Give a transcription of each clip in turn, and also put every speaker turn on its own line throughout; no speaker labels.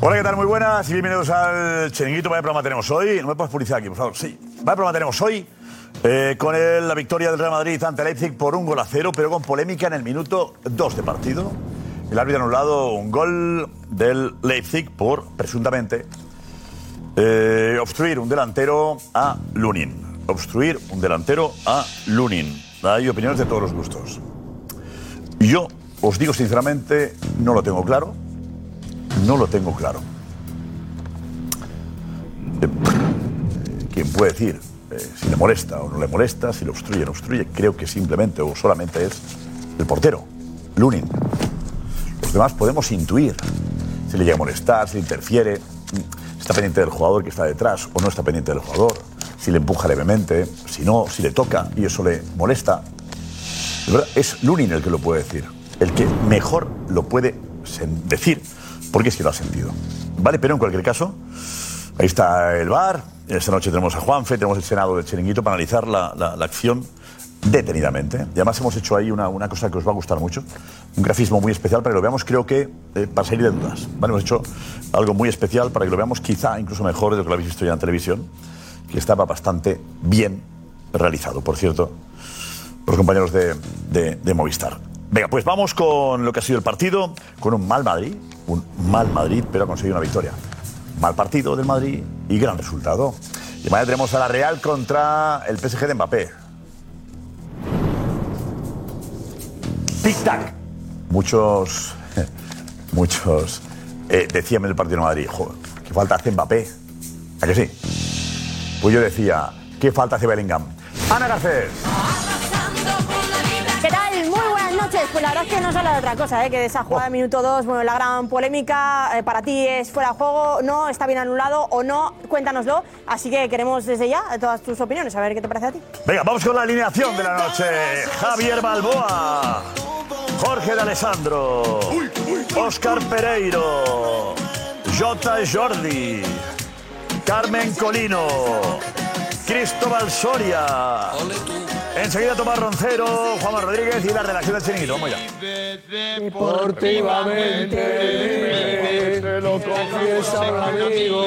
Hola, ¿qué tal? Muy buenas y bienvenidos al Chiringuito. Vaya programa tenemos hoy. No me puedes publicar aquí, por favor. Sí. Vaya programa tenemos hoy eh, con el- la victoria del Real Madrid ante el Leipzig por un gol a cero, pero con polémica en el minuto 2 de partido. El árbitro ha anulado un gol del Leipzig por, presuntamente, eh, obstruir un delantero a Lunin. Obstruir un delantero a Lunin. Hay opiniones de todos los gustos. Yo os digo sinceramente, no lo tengo claro. No lo tengo claro. Eh, ¿Quién puede decir eh, si le molesta o no le molesta, si le obstruye o no obstruye? Creo que simplemente o solamente es el portero, Lunin. Los demás podemos intuir si le llega a molestar, si interfiere, si está pendiente del jugador que está detrás o no está pendiente del jugador, si le empuja levemente, si no, si le toca y eso le molesta. De verdad, es Lunin el que lo puede decir, el que mejor lo puede sen- decir, porque es que lo ha sentido. Vale, pero en cualquier caso, ahí está el bar. Esta noche tenemos a Juanfe, tenemos el Senado de Chiringuito para analizar la, la- la acción detenidamente. Y además hemos hecho ahí una, una cosa que os va a gustar mucho, un grafismo muy especial para que lo veamos, creo que eh, para salir de dudas. Vale, hemos hecho algo muy especial para que lo veamos quizá incluso mejor de lo que lo habéis visto ya en televisión, que estaba bastante bien realizado, por cierto los compañeros de, de- de Movistar. Venga, pues vamos con lo que ha sido el partido, con un mal Madrid, un mal Madrid, pero ha conseguido una victoria. Mal partido del Madrid y gran resultado. Y mañana tenemos a la Real contra el PSG de Mbappé. Tic-tac. Muchos, muchos eh, decían en el partido de Madrid, "Jo, qué falta hace Mbappé. ¿A que sí? Pues yo decía, qué falta hace Bellingham. Ana Garcés.
¿Qué tal? Muy buenas noches. Pues la verdad es que no se habla de otra cosa, ¿eh? que de esa jugada de minuto 2, bueno, la gran polémica eh, para ti es fuera de juego, no, está bien anulado o no, cuéntanoslo. Así que queremos desde ya todas tus opiniones, a ver qué te parece a ti.
Venga, vamos con la alineación de la noche. Javier Balboa, Jorge de Alessandro, Oscar Pereiro, Jota Jordi, Carmen Colino, Cristóbal Soria. Enseguida Tomás Roncero, Juan Rodríguez y la redacción del Chiringuito. Vamos ya.
Deportivamente, se lo confiesa un amigo.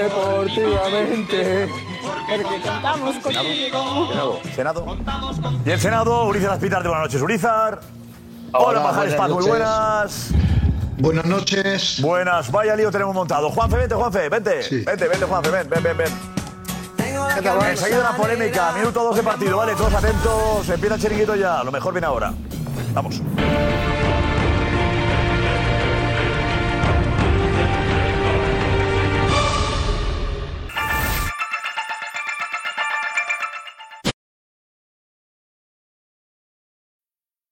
Deportivamente, porque contamos
Senado. Senado. Y el Senado, Urizar Aspitar, de buenas noches, Urizar. Hola,
Hola,
Pajares
buenas
Paz, muy
noches.
buenas. Buenas noches. Buenas, vaya lío tenemos montado. Juanfe, vente, Juanfe, vente. Vente, vente, Juanfe, ven, ven, ven, ven. Enseguida la polémica, minuto 2 de partido, vale, todos atentos, empieza el chiringuito ya, lo mejor viene ahora. Vamos.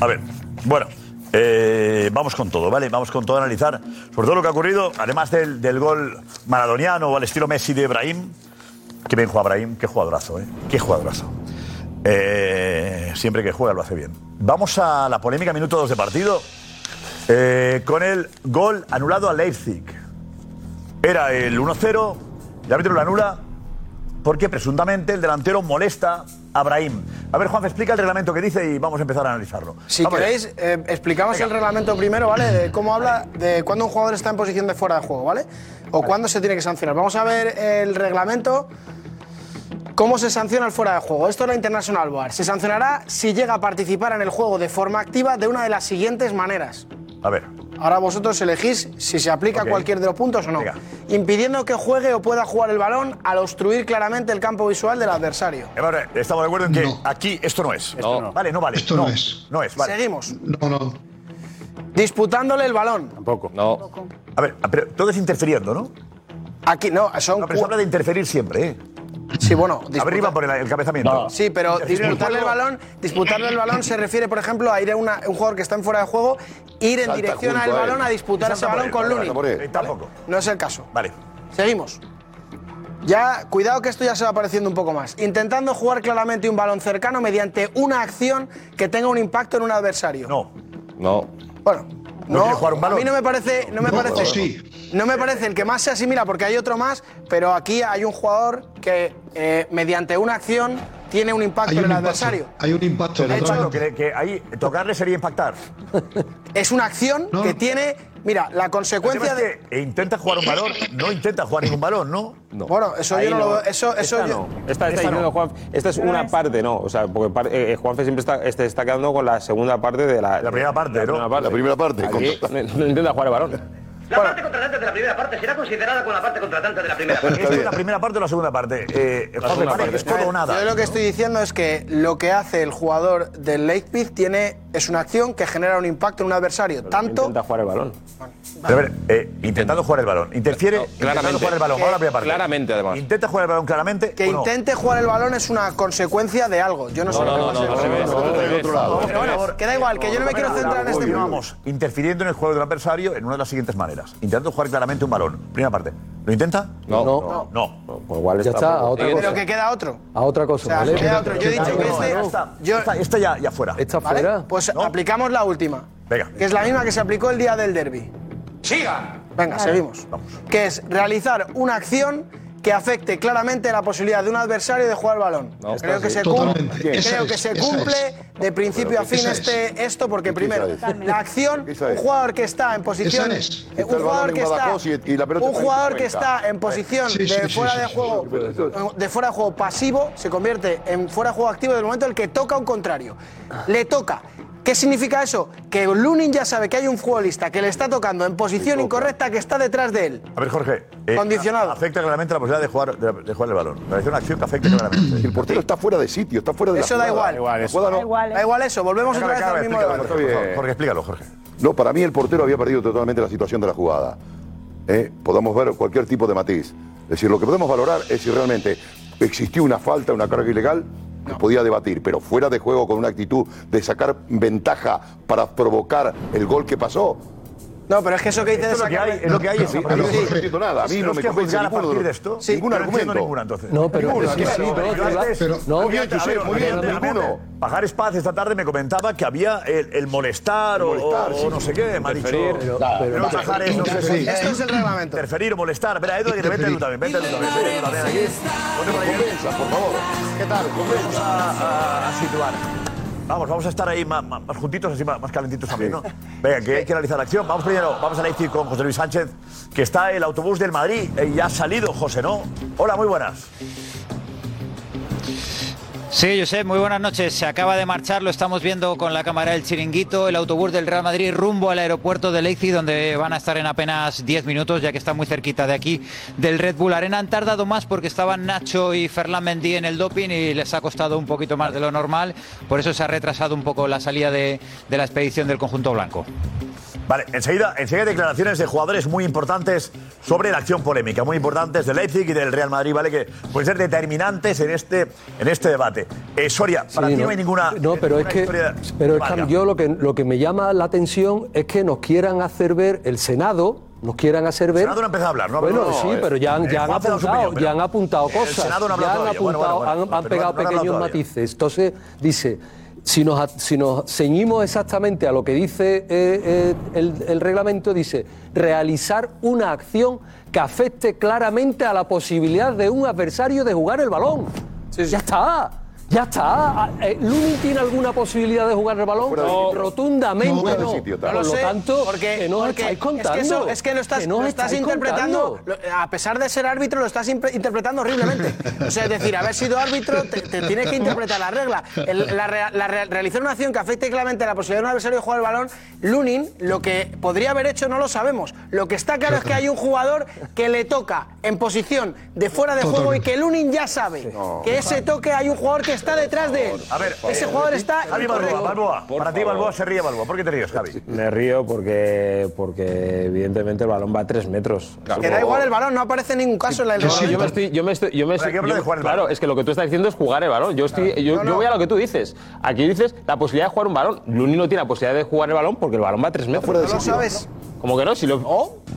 A ver, bueno, eh, vamos con todo, ¿vale? Vamos con todo a analizar, sobre todo lo que ha ocurrido, además del, del gol maradoniano o al estilo Messi de Ibrahim. Qué bien juega Ibrahim, qué jugadorazo, ¿eh? Qué jugadorazo. Eh, siempre que juega lo hace bien. Vamos a la polémica, minuto 2 de partido, eh, con el gol anulado a Leipzig. Era el 1-0, el árbitro lo anula porque presuntamente el delantero molesta a Brahim. A ver, Juan, explica el reglamento que dice y vamos a empezar a analizarlo.
Si
Vamos
queréis,
allá.
eh, explicamos el reglamento primero, ¿vale? De cómo habla de cuándo un jugador está en posición de fuera de juego, ¿vale? O cuándo se tiene que sancionar. Vamos a ver el reglamento. ¿Cómo se sanciona el fuera de juego? Esto es la International Bar. Se sancionará si llega a participar en el juego de forma activa de una de las siguientes maneras.
A ver,
Ahora vosotros elegís si se aplica
Ok.
cualquier de los puntos o no.
Venga.
Impidiendo que juegue o pueda jugar el balón al obstruir claramente el campo visual del adversario.
Emanuel, estamos de acuerdo en que aquí esto no es.
Esto no.
Vale, no vale.
Esto no
no,
es.
No es, vale.
Seguimos. No, no. Disputándole el balón.
Tampoco. No. A ver, pero todo es interfiriendo, ¿no?
Aquí no, son.
No, pero se habla de interferir siempre, ¿eh?
Sí, bueno.
A ver, Iván, por el, el cabezamiento.
Sí, pero
Interferir.
disputarle el balón, disputarle el balón se refiere, por ejemplo, a ir a una- un jugador que está en fuera de juego, ir en
Salta eh.
dirección al
junto a él.
balón a disputar
Y
ese
salta por
balón
él,
con
vale,
Luni.
salta por él. Eh, Tampoco.
No es el caso.
Vale.
Seguimos. Ya, cuidado que esto ya se va apareciendo un poco más. Intentando jugar claramente un balón cercano mediante una acción que tenga un impacto en un adversario.
No.
No.
Bueno,
No
no,
quiere jugar un
a
balón.
mí no me parece, no me
No,
parece,
o sí.
no me parece el que más se asimila porque hay otro más, pero aquí hay un jugador que eh, mediante una acción tiene un impacto
Hay
en
un
el
impacto,
adversario.
Hay un impacto.
De hecho,
Exacto, que, que ahí tocarle sería impactar.
Es una acción que tiene, mira, la
El tema
consecuencia
es
de
que intenta jugar un balón, no intenta jugar ningún balón, ¿no?
Bueno, eso yo
Ahí
no,
no.
lo veo, eso eso
Esta
yo-
no. Esta, está diciendo Juan, esta es una parte, no. O sea, porque par- eh, eh, Juanfe siempre está, este está quedando con la segunda parte de la. La
primera parte, ¿no?
La primera parte. Aquí no- no intenta jugar el balón.
La parte contratante de la primera parte será considerada con la parte contratante de la primera parte.
¿Esto es la primera parte o la segunda parte? Eh, Juanfe,
segunda
vale,
parte.
Es todo o nada.
Yo lo que estoy diciendo es que lo que hace el jugador del Leipzig tiene es una acción que genera un impacto en un adversario, tanto
Intenta jugar el balón.
Pero a ver, eh, intentando jugar el balón. Interfiere intentando
claramente.
jugar el balón. Ahora la primera parte.
Claramente, además.
Intenta jugar el balón claramente.
que
o no?
intente jugar el balón es una consecuencia de algo. Yo no, sé lo que pasa. Pero bueno, que da igual, que yo no me quiero centrar en este programa.
Continuamos interfiriendo en el juego del adversario en una de las siguientes maneras. Intentando jugar claramente un balón. Primera parte. ¿Lo intenta?
No.
No.
Pues igual
Ya está, a otra
Pero
cosa.
que queda otro.
A otra
O
cosa,
sea,
¿vale?
queda otro. Yo he dicho que este. yo-
Esta, esta ya, ya fuera.
Está
¿vale?
fuera.
Pues aplicamos la última,
Venga.
que es la misma que se aplicó el día del derby.
¡Siga!
Venga, seguimos. Que es realizar una acción que afecte claramente la posibilidad de un adversario de jugar al balón.
No,
creo
esta
que
sí.
se, cum-
Totalmente,
creo
esa
que
es,
se
esa
cumple
es.
de principio a
Pero
fin
esa es.
este, esto, porque primero,
esa es.
la acción,
Esa
un
es.
jugador que está en posición,
Esa es.
eh,
Está
un
el balón
jugador
en
que está,
Badajoz y- y la pelota
un
está en
jugador que
Cuenca.
está en posición
Sí,
de
sí, sí,
fuera
sí,
de
sí,
juego, eh,
sí.
de fuera de juego pasivo, se convierte en fuera de juego activo del momento en el que toca a un contrario. Le toca. ¿Qué significa eso? Que Lunin ya sabe que hay un futbolista que le está tocando en posición incorrecta que está detrás de él.
A ver, Jorge. eh,
Condicionado.
Afecta claramente la posibilidad de jugar, de, de jugar el balón. Realizar una acción que afecta claramente.
El portero está fuera de sitio, está fuera de la
Eso da
jugada.
igual.
La jugada no-
Da igual eh. eso, volvemos
Acaba,
otra
acaba,
vez al mismo
explícalo,
debate.
Jorge, por favor.
Bien.
Jorge, explícalo, Jorge.
Eh, No, para mí el portero había perdido totalmente la situación de la jugada. ¿Eh? Podamos ver cualquier tipo de matiz. Es decir, lo que podemos valorar es si realmente existió una falta, una carga ilegal, que podía debatir, pero fuera de juego con una actitud de sacar ventaja para provocar el gol que pasó.
No, pero es que eso que dice de
Esto es lo que
sacar-
hay, es lo que hay. es-
Sí, pero Jorge, no entiendo nada, a mí no
Tenemos
me
que
convence
juzgar a
ninguno de
partir de
los-
esto.
Sí.
Ningún
Ningún
argumento.
argumento.
ninguna, entonces.
No, pero-
Ninguna,
pero sí,
claro.
sí, pero-
Yo antes-
pero- no.
Muy bien,
Muy bien,
Josep, muy bien,
ninguno.
realmente, Pajar Espaz esta tarde me comentaba que había el, el molestar, o-
molestar,
o,
sí,
no
sí.
sé qué, me ha dicho.
Interferir,
Pero,
pero-
no, Pajar es, no sé si-
Esto es el reglamento.
Interferir o molestar. Verá, Edu, que te vete tú también. Vete tú también. Vete tú también aquí. Ponte por ahí.
Por favor.
¿Qué tal?
Vamos a, a- a situar. Vamos, vamos a estar ahí más, más- más juntitos, así más, más calentitos también, ¿no? Venga, que hay que analizar la acción. Vamos primero, vamos a Leipzig con José Luis Sánchez, que está el autobús del Madrid. Eh, ya ha salido, José, ¿no? Hola, muy buenas.
Sí, Josep, muy buenas noches. Se acaba de marchar, lo estamos viendo con la cámara del chiringuito, el autobús del Real Madrid rumbo al aeropuerto de Leipzig, donde van a estar en apenas 10 minutos, ya que está muy cerquita de aquí del Red Bull Arena. Han tardado más porque estaban Nacho y Ferland Mendy en el doping y les ha costado un poquito más de lo normal, por eso se ha retrasado un poco la salida de, de la expedición del conjunto blanco.
Vale, enseguida, enseguida declaraciones de jugadores muy importantes sobre la acción polémica, muy importantes del Leipzig y del Real Madrid, ¿vale? Que pueden ser determinantes en este, en este debate. Eh, Soria, para
Sí,
ti no, hay ninguna.
No, pero es
ninguna
que,
historia
pero es que
válida.
yo lo que, lo que me llama la atención es que nos quieran hacer ver el Senado. Nos quieran hacer ver.
Senado no ha empezado a hablar, ¿no?
Bueno,
No,
sí,
eh,
pero ya han,
eh,
ya han
Juanfe ha dado su
apuntado,
opinión, pero
ya han apuntado
el
cosas.
Senado no ha
ya
hablado
han
todavía. Bueno,
apuntado,
bueno, bueno,
han,
pero
han
no-
pegado
no han hablado
pequeños
todavía.
matices. Entonces, dice, si nos, a- si nos ceñimos exactamente a lo que dice eh, eh, el, el reglamento, dice, realizar una acción que afecte claramente a la posibilidad de un adversario de jugar el balón. Ya está. Ya está. Ah, eh, ¿Lunin tiene alguna posibilidad de jugar el balón?
Fuera de sitio.
Rotundamente.
Fuera de
no.
sitio, tal.
Por lo,
No lo sé,
tanto,
porque,
que no os
porque
estáis
es
contando.
que, eso- es que lo estás,
Que no os
lo estás
estáis
interpretando,
contando.
lo- a pesar de ser árbitro, lo estás impre- interpretando horriblemente. O sea, es decir, haber sido árbitro, te, te tienes que interpretar la regla. El- la, rea- la rea- realizar una acción que afecte claramente a la posibilidad de un adversario de jugar el balón, Lunin, lo que podría haber hecho no lo sabemos. Lo que está claro es que hay un jugador que le toca en posición de fuera de juego y que Lunin ya sabe que ese toque hay un jugador que está detrás de él.
A ver,
ese
eh,
jugador está.
Javi Balboa,
incorrecto.
Balboa. Para ti,
favor.
Balboa se ríe, Balboa. ¿Por qué te ríes, Javi?
Me río porque, porque evidentemente el balón va a tres metros.
Que da igual el balón, no aparece en ningún caso en la del
Yo, sí, yo
reglamento.
me estoy, yo me estoy, yo me estoy-
hablar
yo-
de jugar el
claro,
balón.
es que lo que tú estás diciendo es jugar el balón. Yo estoy, yo, yo voy a lo que tú dices. Aquí dices la posibilidad de jugar un balón. Luni no tiene la posibilidad de jugar el balón porque el balón va a tres metros.
de No lo sitio. sabes.
Como que no, si lo.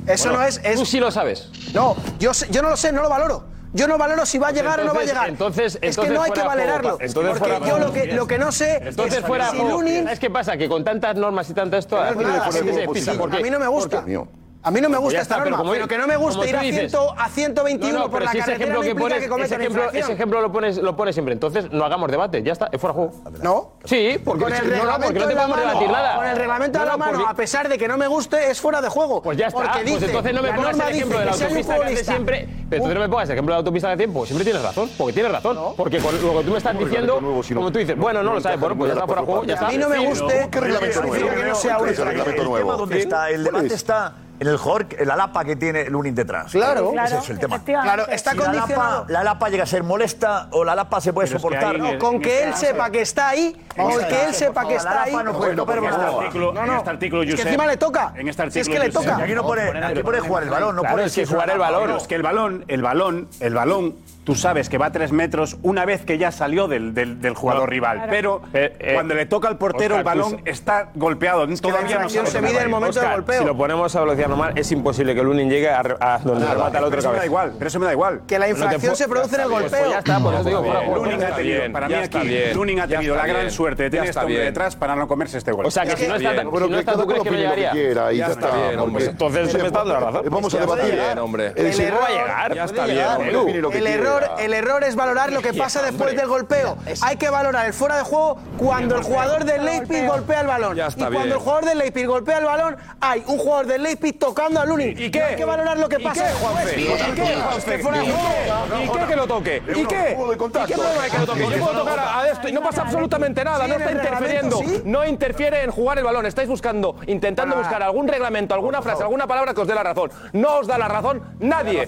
Eso
Bueno,
no es, es-
Tú sí lo sabes.
No, yo, sé- yo no lo sé, no lo valoro. Yo no valoro si va a
Pues
llegar o no va a
entonces-
llegar.
entonces-
es que
entonces
no hay que
fuera de juego,
valerarlo.
pa- entonces fuera
porque
de
yo
juego.
lo que, lo que no sé
Entonces
es
fuera.
si
de juego.
Lunin.
¿Sabes qué pasa? Que con tantas normas y tantas
Pero
todas.
es verdad,
Ese
sí,
es el
sí,
pizza,
sí.
porque-
A mí no me gusta.
porque-
A mí no me
Pues
gusta
ya
esta
está, pero
norma,
como-
pero que no me gusta
como
ir
tú
a,
dices.
100 a 121
No, no,
por
pero
la
si ese
carretera
ejemplo
no
que
implica
pones,
que cometa
ese
una
ejemplo, ese
infracción.
ejemplo lo pones, lo pones siempre. Entonces no hagamos debate, ya está, es fuera de juego.
¿No?
Sí, porque
Con el
no, no,
reglamento
porque no
en
te
la
podemos
mano,
debatir nada.
Con el reglamento
No,
en
no,
la mano,
porque-
a pesar de que no me guste, es fuera de juego. Pues
Ya está,
Porque
pues
dice,
entonces no me
la
pongas
norma
el ejemplo
dice
de la
que si hay un
autopista que hace
futbolista-
siempre. Pero entonces no me pongas el ejemplo de la autopista que hace tiempo. Siempre tienes razón, porque tienes razón. Porque con lo que tú me estás diciendo, como tú dices, bueno, no lo sabes, bueno, pues ya está fuera de juego, ya está.
A mí no me
Sí,
guste,
¿Qué reglamento
Oye,
nuevo?
oye,
que no sea
oye,
útil.
el
Reglamento
tema
nuevo.
dónde
¿Sí?
está, el
¿Cuál
debate
es?
está en el jugador, en la lapa que tiene Lunin detrás.
Claro.
ese es el tema.
Claro, está
Si la lapa-
condicionado.
La lapa llega a ser molesta o la lapa se puede soportar.
No, con que él sepa que está ahí, o
Vamos a
que
ver,
él sepa
por
que
favor,
está
la
ahí.
lapa no puede tocar
porque
el
está-
balón.
este
No, no. Es que
Josep,
encima le toca.
En este
Si es
artículo,
que le
Josep,
toca.
Y aquí no pone- aquí pone jugar el balón, no
Claro,
pone
es que
si es
jugar
una
el
lapa o
balón.
no.
Es que el balón, el balón, el balón, tú sabes que va a tres metros una vez que ya salió del, del- del jugador
Claro.
rival.
Claro.
Pero
Eh, eh,
cuando le toca al portero,
Oscar,
el balón
tú-
está golpeado. Todavía no
Oscar,
sabe nada.
Oscar, Si lo ponemos a velocidad normal, es imposible que Lunin llegue a, re- a donde
Nada,
remata al
pero
otro
eso me da
cabeza.
igual, pero eso me da igual.
Que la
No te
infracción
pu-
se produce en el
Pues
golpeo.
ya está,
por eso digo, fuera de juego.
Lunin
Ya
ha
está
tenido,
bien,
para mí
ya está
aquí,
bien,
Lunin ha
ya
tenido
está
la gran
bien,
suerte de
ya
tener
está
este hombre
bien.
detrás para no comerse este gol.
O sea, que si no está-
Pero
si no
que
está,
cada
¿tú crees
uno
que no
opine lo
llegaría?
quiera y
Ya
ya
está
está.
bien, hombre. Pues
porque-
Entonces me está dando la razón.
Vamos a
Ya está
debatir.
bien, hombre.
El
El error-
error-
llegar, ya está
Puede
bien,
llegar.
hombre. Opine lo que
El error,
quiera.
el error es valorar lo que pasa después del golpeo. Hay que valorar el fuera de juego cuando el jugador del Leipzig golpea el balón.
Ya está
y cuando
bien.
el jugador del Leipzig golpea el balón, hay un jugador del Leipzig tocando a Lunin.
¿Y qué?
No hay que valorar lo que
¿Y
pasa
qué,
después.
Juanfe?
¿Y
¿Y qué, Juanfe?
Que fuera de
¿Y
juego.
qué? ¿Y qué que lo toque? ¿Y qué? ¿Y qué problema hay que lo toque? Yo puedo tocar a a esto y no pasa absolutamente nada,
Sí,
no
en
está
el reglamento,
interfiriendo, no interfiere en jugar el balón, estáis buscando, intentando buscar algún reglamento, alguna frase, alguna palabra que os dé la razón. No os da la razón nadie,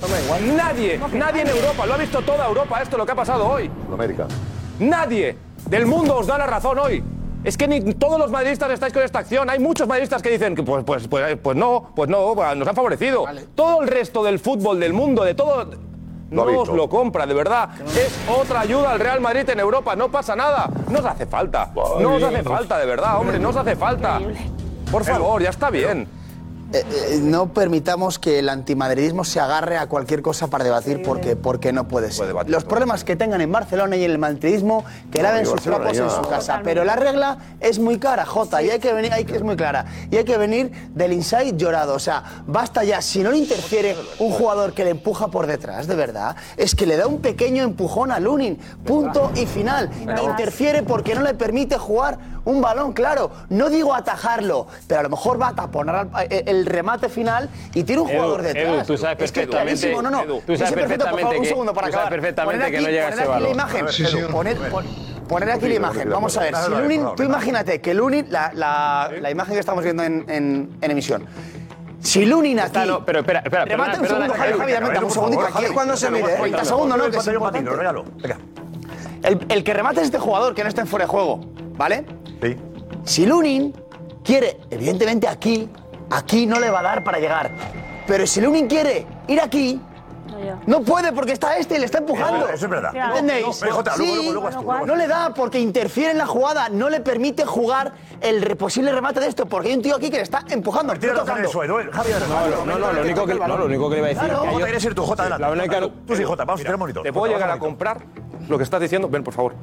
nadie, nadie en Europa, lo ha visto toda Europa esto lo que ha pasado hoy.
América.
Nadie del mundo os da la razón hoy. Es que ni todos los madridistas estáis con esta acción. Hay muchos madridistas que dicen que pues, pues, pues, pues no, pues no, pues nos han favorecido. Todo el resto del fútbol del mundo, de todo, no os lo compra, de verdad. Es otra ayuda al Real Madrid en Europa, no pasa nada. No os hace falta. No os hace falta, de verdad, hombre, no os hace falta. Por favor, ya está bien.
Eh, eh, no permitamos que el antimadridismo se agarre a cualquier cosa para debatir porque, porque no puede ser. Los problemas que tengan en Barcelona y en el madridismo que
No,
laven
y
sus
Barcelona
trapos
ya.
en su casa.
Totalmente.
Pero la regla es muy cara, Jota, y hay que venir, hay que es muy clara. Y hay que venir del inside llorado. O sea, basta ya. Si no le interfiere un jugador que le empuja por detrás, de verdad, es que le da un pequeño empujón a Lunin. Punto y final.
Nada más.
Interfiere interfiere porque no le permite jugar un balón, claro. No digo atajarlo, pero a lo mejor va a taponar al- eh, el remate final y tiene un
Edu,
jugador detrás.
Edu, tú sabes
es que es
perfectamente-
clarísimo, no, no.
Edu, tú
Ese
sabes
perfecto, por favor,
perfectamente
un
que-
segundo para
tú sabes
acabar.
perfectamente
Poner
que no
aquí-
llega ese
poner aquí
balón.
la imagen,
A ver,
Edu,
Edu,
poner-
a ver.
pon- Poner aquí la
Repito,
imagen,
repito,
vamos a ver.
por
Si
favor.
Lunin,
Perdón,
tú
perdón.
imagínate que Lunin, la, la- la imagen que estamos viendo en, en- en emisión. Si Lunin aquí.
no, pero espera, espera,
Remata
perdona,
un segundo,
perdona,
Javi,
Javi,
Javi, dame
Javi,
un
por
segundito.
favor,
Aquí
Javi,
es cuando se
cuéntalo,
mide. ¿eh? 30
cuéntalo.
segundos, ¿no?
Cuéntalo,
Que es
cuéntalo,
importante.
Patino, regalo.
El, el que remata es este jugador que no está en fuera de juego, ¿vale? Sí. Si Lunin quiere, evidentemente aquí, aquí no le va a dar para llegar. Pero si Lunin quiere ir aquí, no puede porque está este y le está empujando.
Eh, eso es verdad.
¿Entendéis?
No, no, PJ, luego, luego, luego,
Sí,
luego, luego.
no le da porque interfiere en la jugada, no le permite jugar el re- posible remate de esto porque hay un tío aquí que le está empujando. no
razón en
tocando.
eso, Edu. Javier,
No, no, no, lo único que, no, lo único que le iba a decir.
Claro.
que hay-
Jota, eres el tu Jota, adelante.
La única-
Tú sí, Jota, vamos a tener monitor.
eh, ¿Te puedo llegar a comprar lo que estás diciendo? Ven, por favor.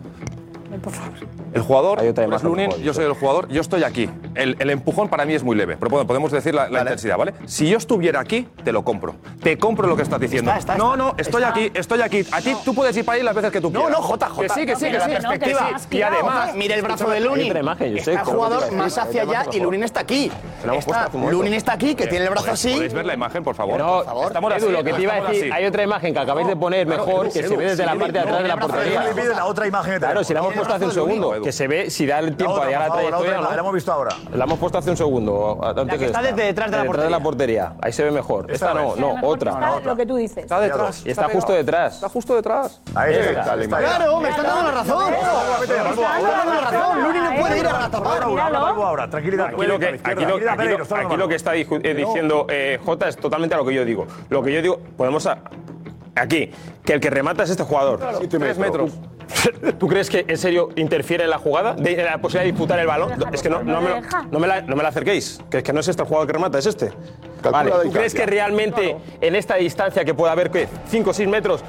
El jugador, tú eres Lunin, yo soy el jugador, yo estoy aquí. El, el empujón para mí es muy leve, pero bueno, podemos decir la, la intensidad, ¿vale? Si yo estuviera aquí, te lo compro. Te compro lo que estás diciendo.
Está, está,
no,
está.
no, estoy
Está.
aquí, estoy aquí. A ti tú puedes ir para ahí las veces que tú quieras.
no, Jota, Jota.
Que sí, que
No,
sí, que
pero
sí.
la perspectiva.
Que sí. Y además,
mira el brazo de Lunin. está el jugador más hacia allá y Lunin está aquí. Está- Lunin está aquí,
Eh,
que tiene el brazo así.
Eh, ¿Podéis ver la imagen, por favor?
No,
Estamos
Edu,
así,
lo que te iba a
estamos
decir,
así.
hay otra imagen que acabáis de poner
Claro,
mejor
Edu,
que se
Edu,
ve desde
sí,
la
Edu,
parte de
no,
atrás de la
mira, brazo de
portería.
Edu, mira la otra imagen que
Claro,
tenemos.
si la hemos
Tiene
puesto hace un
brazo de Edu,
segundo,
Edu.
que se ve si da el tiempo
otra,
a llegar a
por
la
favor, la otra
trayectoria.
imagen, la hemos visto ahora.
La hemos puesto hace un segundo. antes
que
de
está
esta.
desde detrás de la
portería. Ahí se ve mejor. Esta, no, no, otra.
Está Pues, lo que tú dices.
Está detrás. Está, justo detrás. Está justo detrás.
Ahí
Esta,
está,
esta.
Claro, me están dando la razón. Me están dando la razón. Lunin no puede ir a la tapar.
ahora, tranquilidad.
Aquí lo que,
Izquierda,
aquí lo-
izquierda,
aquí
Pereiro,
lo-
está
aquí lo que está dijo- eh, diciendo eh, Jota es totalmente a lo que yo digo. Lo que yo digo, podemos. a- aquí, que el que remata es este jugador.
Claro,
Tres
tres metros.
¿Tú crees que en serio interfiere en la jugada? De, en la posibilidad de disputar el balón. No, es que no, no me, lo- no, me la, no me la acerquéis. Que es que no es este el jugador que remata, es este. Vale,
la
¿Tú crees
distancia.
que realmente en esta distancia que puede haber, ¿qué? 5 o 6 metros,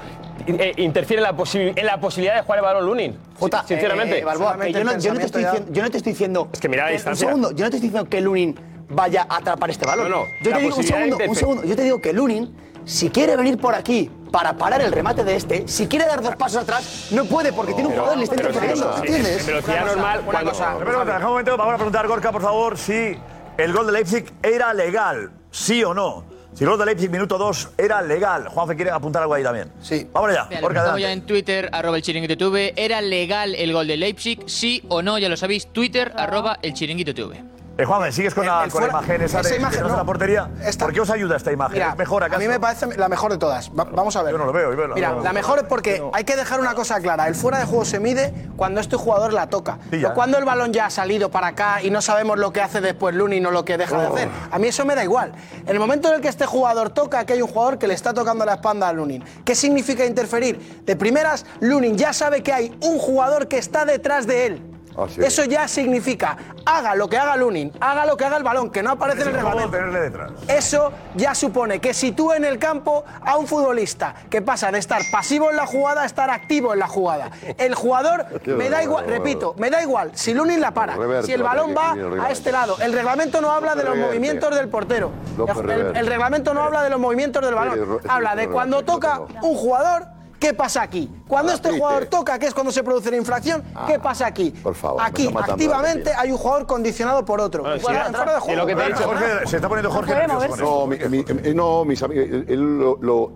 eh, interfiere en la, posi- en la posibilidad de jugar el balón Lunin?
Jota,
Sin- sinceramente.
eh, Balboa, que yo, no, yo no te estoy diciendo, yo no te estoy diciendo.
Es que mira la
un
distancia.
segundo, yo no te estoy diciendo que Lunin vaya a atrapar este balón.
No, no,
yo
la
te digo un
posibilidad de
segundo, un
interfe-
segundo. Yo te digo que Lunin, si quiere venir por aquí para parar el remate de este, si quiere dar dos pasos atrás, no puede porque tiene un jugador y le
este
está
pero sí,
interfiriendo.
sí,
¿Entiendes?
en velocidad
Una cosa,
normal,
una
cuando-
cosa.
Pero, pero, deja un momento, vamos a preguntar, Gorka, por favor, si el gol de Leipzig era legal, sí o no. Si el gol de Leipzig, minuto 2, era legal. Juanfe quiere apuntar algo ahí también. Sí. Vamos allá,
Mira, lo
Gorka,
preguntamos ya
adelante.
en Twitter, arroba el chiringuito TV. ¿Era legal el gol de Leipzig? Sí o no, ya lo sabéis. Twitter, arroba el chiringuito TV.
Eh, Juanfe, ¿sigues con, la, con la imagen esa,
esa
de,
imagen,
que no es
no.
la portería? ¿Por qué os ayuda esta imagen?
Mira,
¿Es mejor acaso?
a mí me parece la mejor de todas. Va- vamos a ver.
Yo no lo veo, yo veo la-
Mira,
no,
la
no.
mejor es porque hay que dejar una cosa clara. El fuera de juego se mide cuando este jugador la toca.
Sí, ya.
no cuando el balón ya ha salido para acá y no sabemos lo que hace después Luni, no lo que deja
Oh.
de hacer. A mí eso me da igual. En el momento en el que este jugador toca, aquí hay un jugador que le está tocando la espalda a Lunin. ¿Qué significa interferir? De primeras, Lunin ya sabe que hay un jugador que está detrás de él.
Ah,
Así es.
Eso ya significa, haga lo que haga Lunin, haga lo que haga el balón, que no aparece en el
Vamos a
reglamento.
tenerle detrás.
Eso ya supone que si tú en el campo a un futbolista que pasa de estar pasivo en la jugada a estar activo en la jugada. El jugador,
Qué
me da igual,
bárbaro.
repito, me da igual si Lunin la para,
Reverte,
si el
va a
balón
tener que
va
escribir el
a
reglamento.
este lado. El reglamento no habla de los
Reverte.
movimientos del portero.
López
El-
Reverte.
El reglamento no habla de los movimientos del
Pérez,
balón.
Ro-
Habla de
Reverte,
cuando
no
toca
tengo. Ah,
un jugador, ¿qué pasa aquí? Cuando este
Repite.
jugador toca, que es cuando se produce la infracción, ¿qué pasa aquí?
Ah, por favor, me
Aquí,
está matando
activamente,
la
hay un jugador condicionado por otro. Fuera- fuera de juego.
Jorge, se está poniendo Jorge nervioso con
No,
esto.
mi- mi- eh, no, mis amigos, él, él lo, lo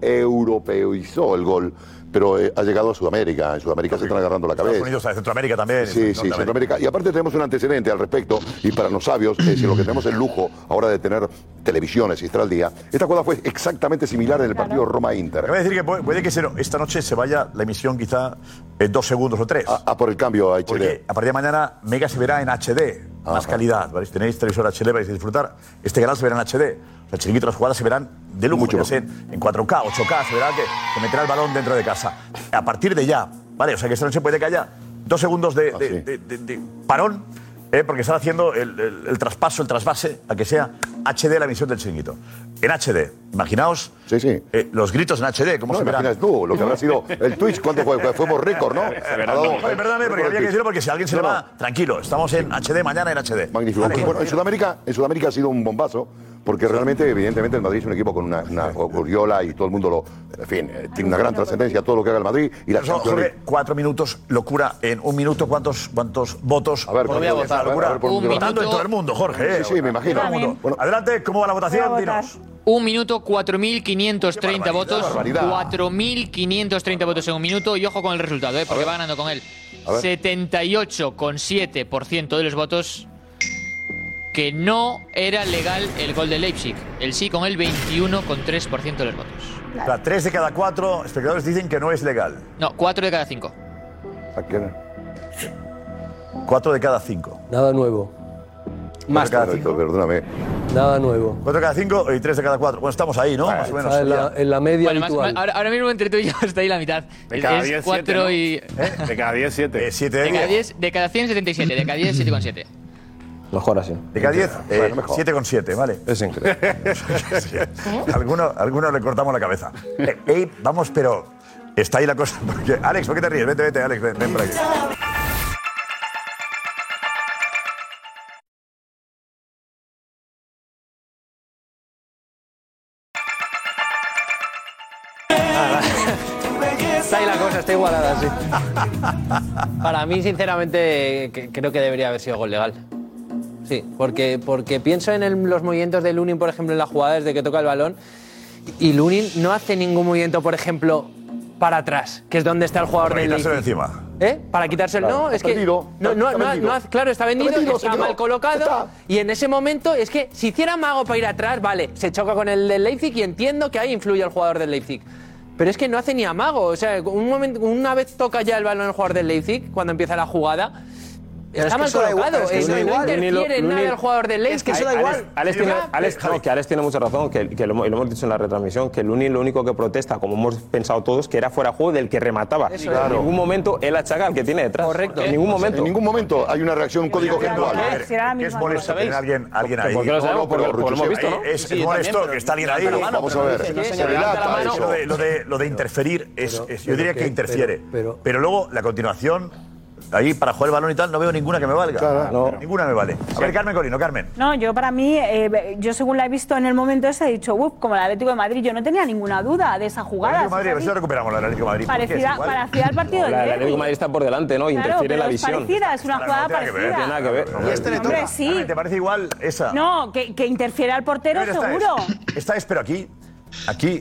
europeizó el gol, pero eh, ha llegado a Sudamérica. En Sudamérica se están agarrando la
Estados
cabeza.
Unidos, a Centroamérica también.
Sí, sí, Centroamérica. Y aparte tenemos un antecedente al respecto, y para los sabios, es decir, lo que tenemos el lujo ahora de tener televisiones y estar al día, esta jugada fue exactamente similar en el partido Roma-Inter.
Acaba de decir que puede, puede que se- esta noche se vaya la emisión quizá en dos segundos o tres.
Ah, por el cambio a
Porque
HD.
a partir de mañana Mega se verá en HD, más calidad. ¿vale? Si tenéis televisor HD vais a disfrutar. Este canal se verá en HD. O sea, chiringuito, las jugadas se verán de lujo.
Mucho
ya
mejor.
sé, en 4K, 8K, se verá que se meterá el balón dentro de casa. A partir de ya, ¿vale? O sea que esta noche puede que haya dos segundos
Ah,
Ah,
de, de- de- de- de parón, ¿eh? porque están haciendo el, el- el traspaso, el trasvase, a que sea HD la emisión del chiringuito. En HD, imaginaos eh, los gritos en HD, ¿cómo
No,
se verán?
imaginas tú lo que habrá sido el Twitch, ¿cuánto fue? Fue- Fuimos récord, ¿no? Ha dado-
Oye, perdóname, eh, porque había que decirlo porque si alguien se le va, tranquilo, estamos en HD mañana en HD.
Magnífico.
Vale.
Bueno, en Sudamérica, en Sudamérica ha sido un bombazo, porque realmente, evidentemente, el Madrid es un equipo con una, una Oriola y todo el mundo lo. En fin, eh, tiene una gran trascendencia todo lo que haga el Madrid y
Pero
la
son,
Champions
Jorge,
League.
cuatro minutos, locura. En un minuto, ¿cuántos, cuántos votos? A
ver,
por
voy a votar,
locura.
a ver, por- Un
Votando en
minuto.
todo el mundo, Jorge.
Sí, sí, me imagino.
Todo el mundo.
Bueno.
adelante, ¿cómo va la votación? Dinos.
Un minuto, 4.530 votos.
barbaridad.
4.530 votos en un minuto. Y ojo con el resultado, ¿eh? porque va ganando con él.
A ver.
78,7% de los votos que no era legal el gol de Leipzig. El sí con el 21,3% de los votos.
O sea, tres de cada cuatro espectadores dicen que no es legal.
No, 4 de cada 5.
Cuatro de cada cinco.
Nada nuevo.
Más
Perdóname.
Nada nuevo.
4 cada 5 y 3 de cada 4. Bueno, estamos ahí, ¿no? Más o menos.
está en la, en la media
Bueno, más-
habitual.
ahora, ahora mismo entre tú y yo está ahí la mitad.
De cada
es
10,
4 y.
¿Eh? De cada 10, 7. Eh, 7
De cada 10, de cada 100, 77. De cada 10, 7,7.
Mejor así.
De cada 10, eh,
Bueno, mejor.
7,7, ¿vale?
Es increíble.
algunos, algunos le cortamos la cabeza. Eh, eh, vamos, pero está ahí la cosa. Porque, Alex, ¿por qué te ríes? Vete, vete, Alex, ven, ven por aquí. Ah,
Está ahí la cosa, está igualada, sí. Para mí, sinceramente, que- creo que debería haber sido gol legal. Sí, porque, porque pienso en el- los movimientos de Lunin, por ejemplo, en la jugada desde que toca el balón. Y Lunin no hace ningún movimiento, por ejemplo, para atrás, que es donde está el jugador
Para
del
quitárselo
Leipzig.
encima.
¿Eh? Para quitárselo.
Claro.
No, es
Está
que.
vendido,
no, no,
está
no-
vendido.
no hace- claro, está vendido,
Está
está,
vendido, se quedó.
mal colocado. Y en ese momento, es que si hiciera mago para ir atrás, vale, se choca con el del Leipzig y entiendo que ahí influye el jugador del Leipzig. Pero es que no hace ni amago. O sea, un momento, una vez toca ya el balón el jugador del Leipzig, cuando empieza la jugada.
Pero
Está
es que
mal
eso da igual,
colocado.
es que
eh,
eso da
no- no
igual.
interfiere en nada
Lunin-
el jugador del Leipzig. este
Alex, Alex tiene, Alex, no, que Alex tiene mucha razón, que, que lo, hemos- y lo hemos dicho en la retransmisión, que Lunin lo único que protesta, como hemos pensado todos, que era fuera de juego del que remataba.
Eso
en
es. Claro.
ningún momento él achaca al que tiene detrás. Correcto. En ningún momento.
En ningún momento hay una reacción, un código gestual.
A ver,
Será la ¿qué es misma molesto cosa. tener a alguien- alguien ahí?
¿Por qué lo sabemos?
No, no,
Porque
pero
porque lo hemos
Rucho,
visto, ¿no?
ahí es- es Sí, yo molesto también, que está alguien pero- ahí. pero- Vamos a ver, se relata eso. Lo de- lo de- lo de interferir es- es- yo diría que interfiere. Pero, luego, la continuación, ahí para jugar el balón y tal, no veo ninguna que me valga. Ninguna me vale. A ver, Carmen Corino, Carmen.
No, yo para mí, eh, yo según la he visto en el momento ese, he dicho, uff, como el Atlético de Madrid, yo no tenía ninguna duda de esa jugada.
Atlético de Madrid, a ver si lo
¿sí?
recuperamos, la Atlético de Madrid. porque es
Parecida,
igual.
parecida al partido
La,
del
la
derbi.
Atlético de Madrid está por delante, ¿no?
Claro,
Interfiere
pero
la
es
visión.
parecida, es una
Claro,
jugada
no tiene que ver.
parecida.
No tiene nada que ver.
Y este le
Hombre, toca. sí.
Carmen, ¿Te parece igual esa?
No, que, que interfiere al portero,
Pero esta es-
seguro.
Esta es, pero aquí. Aquí.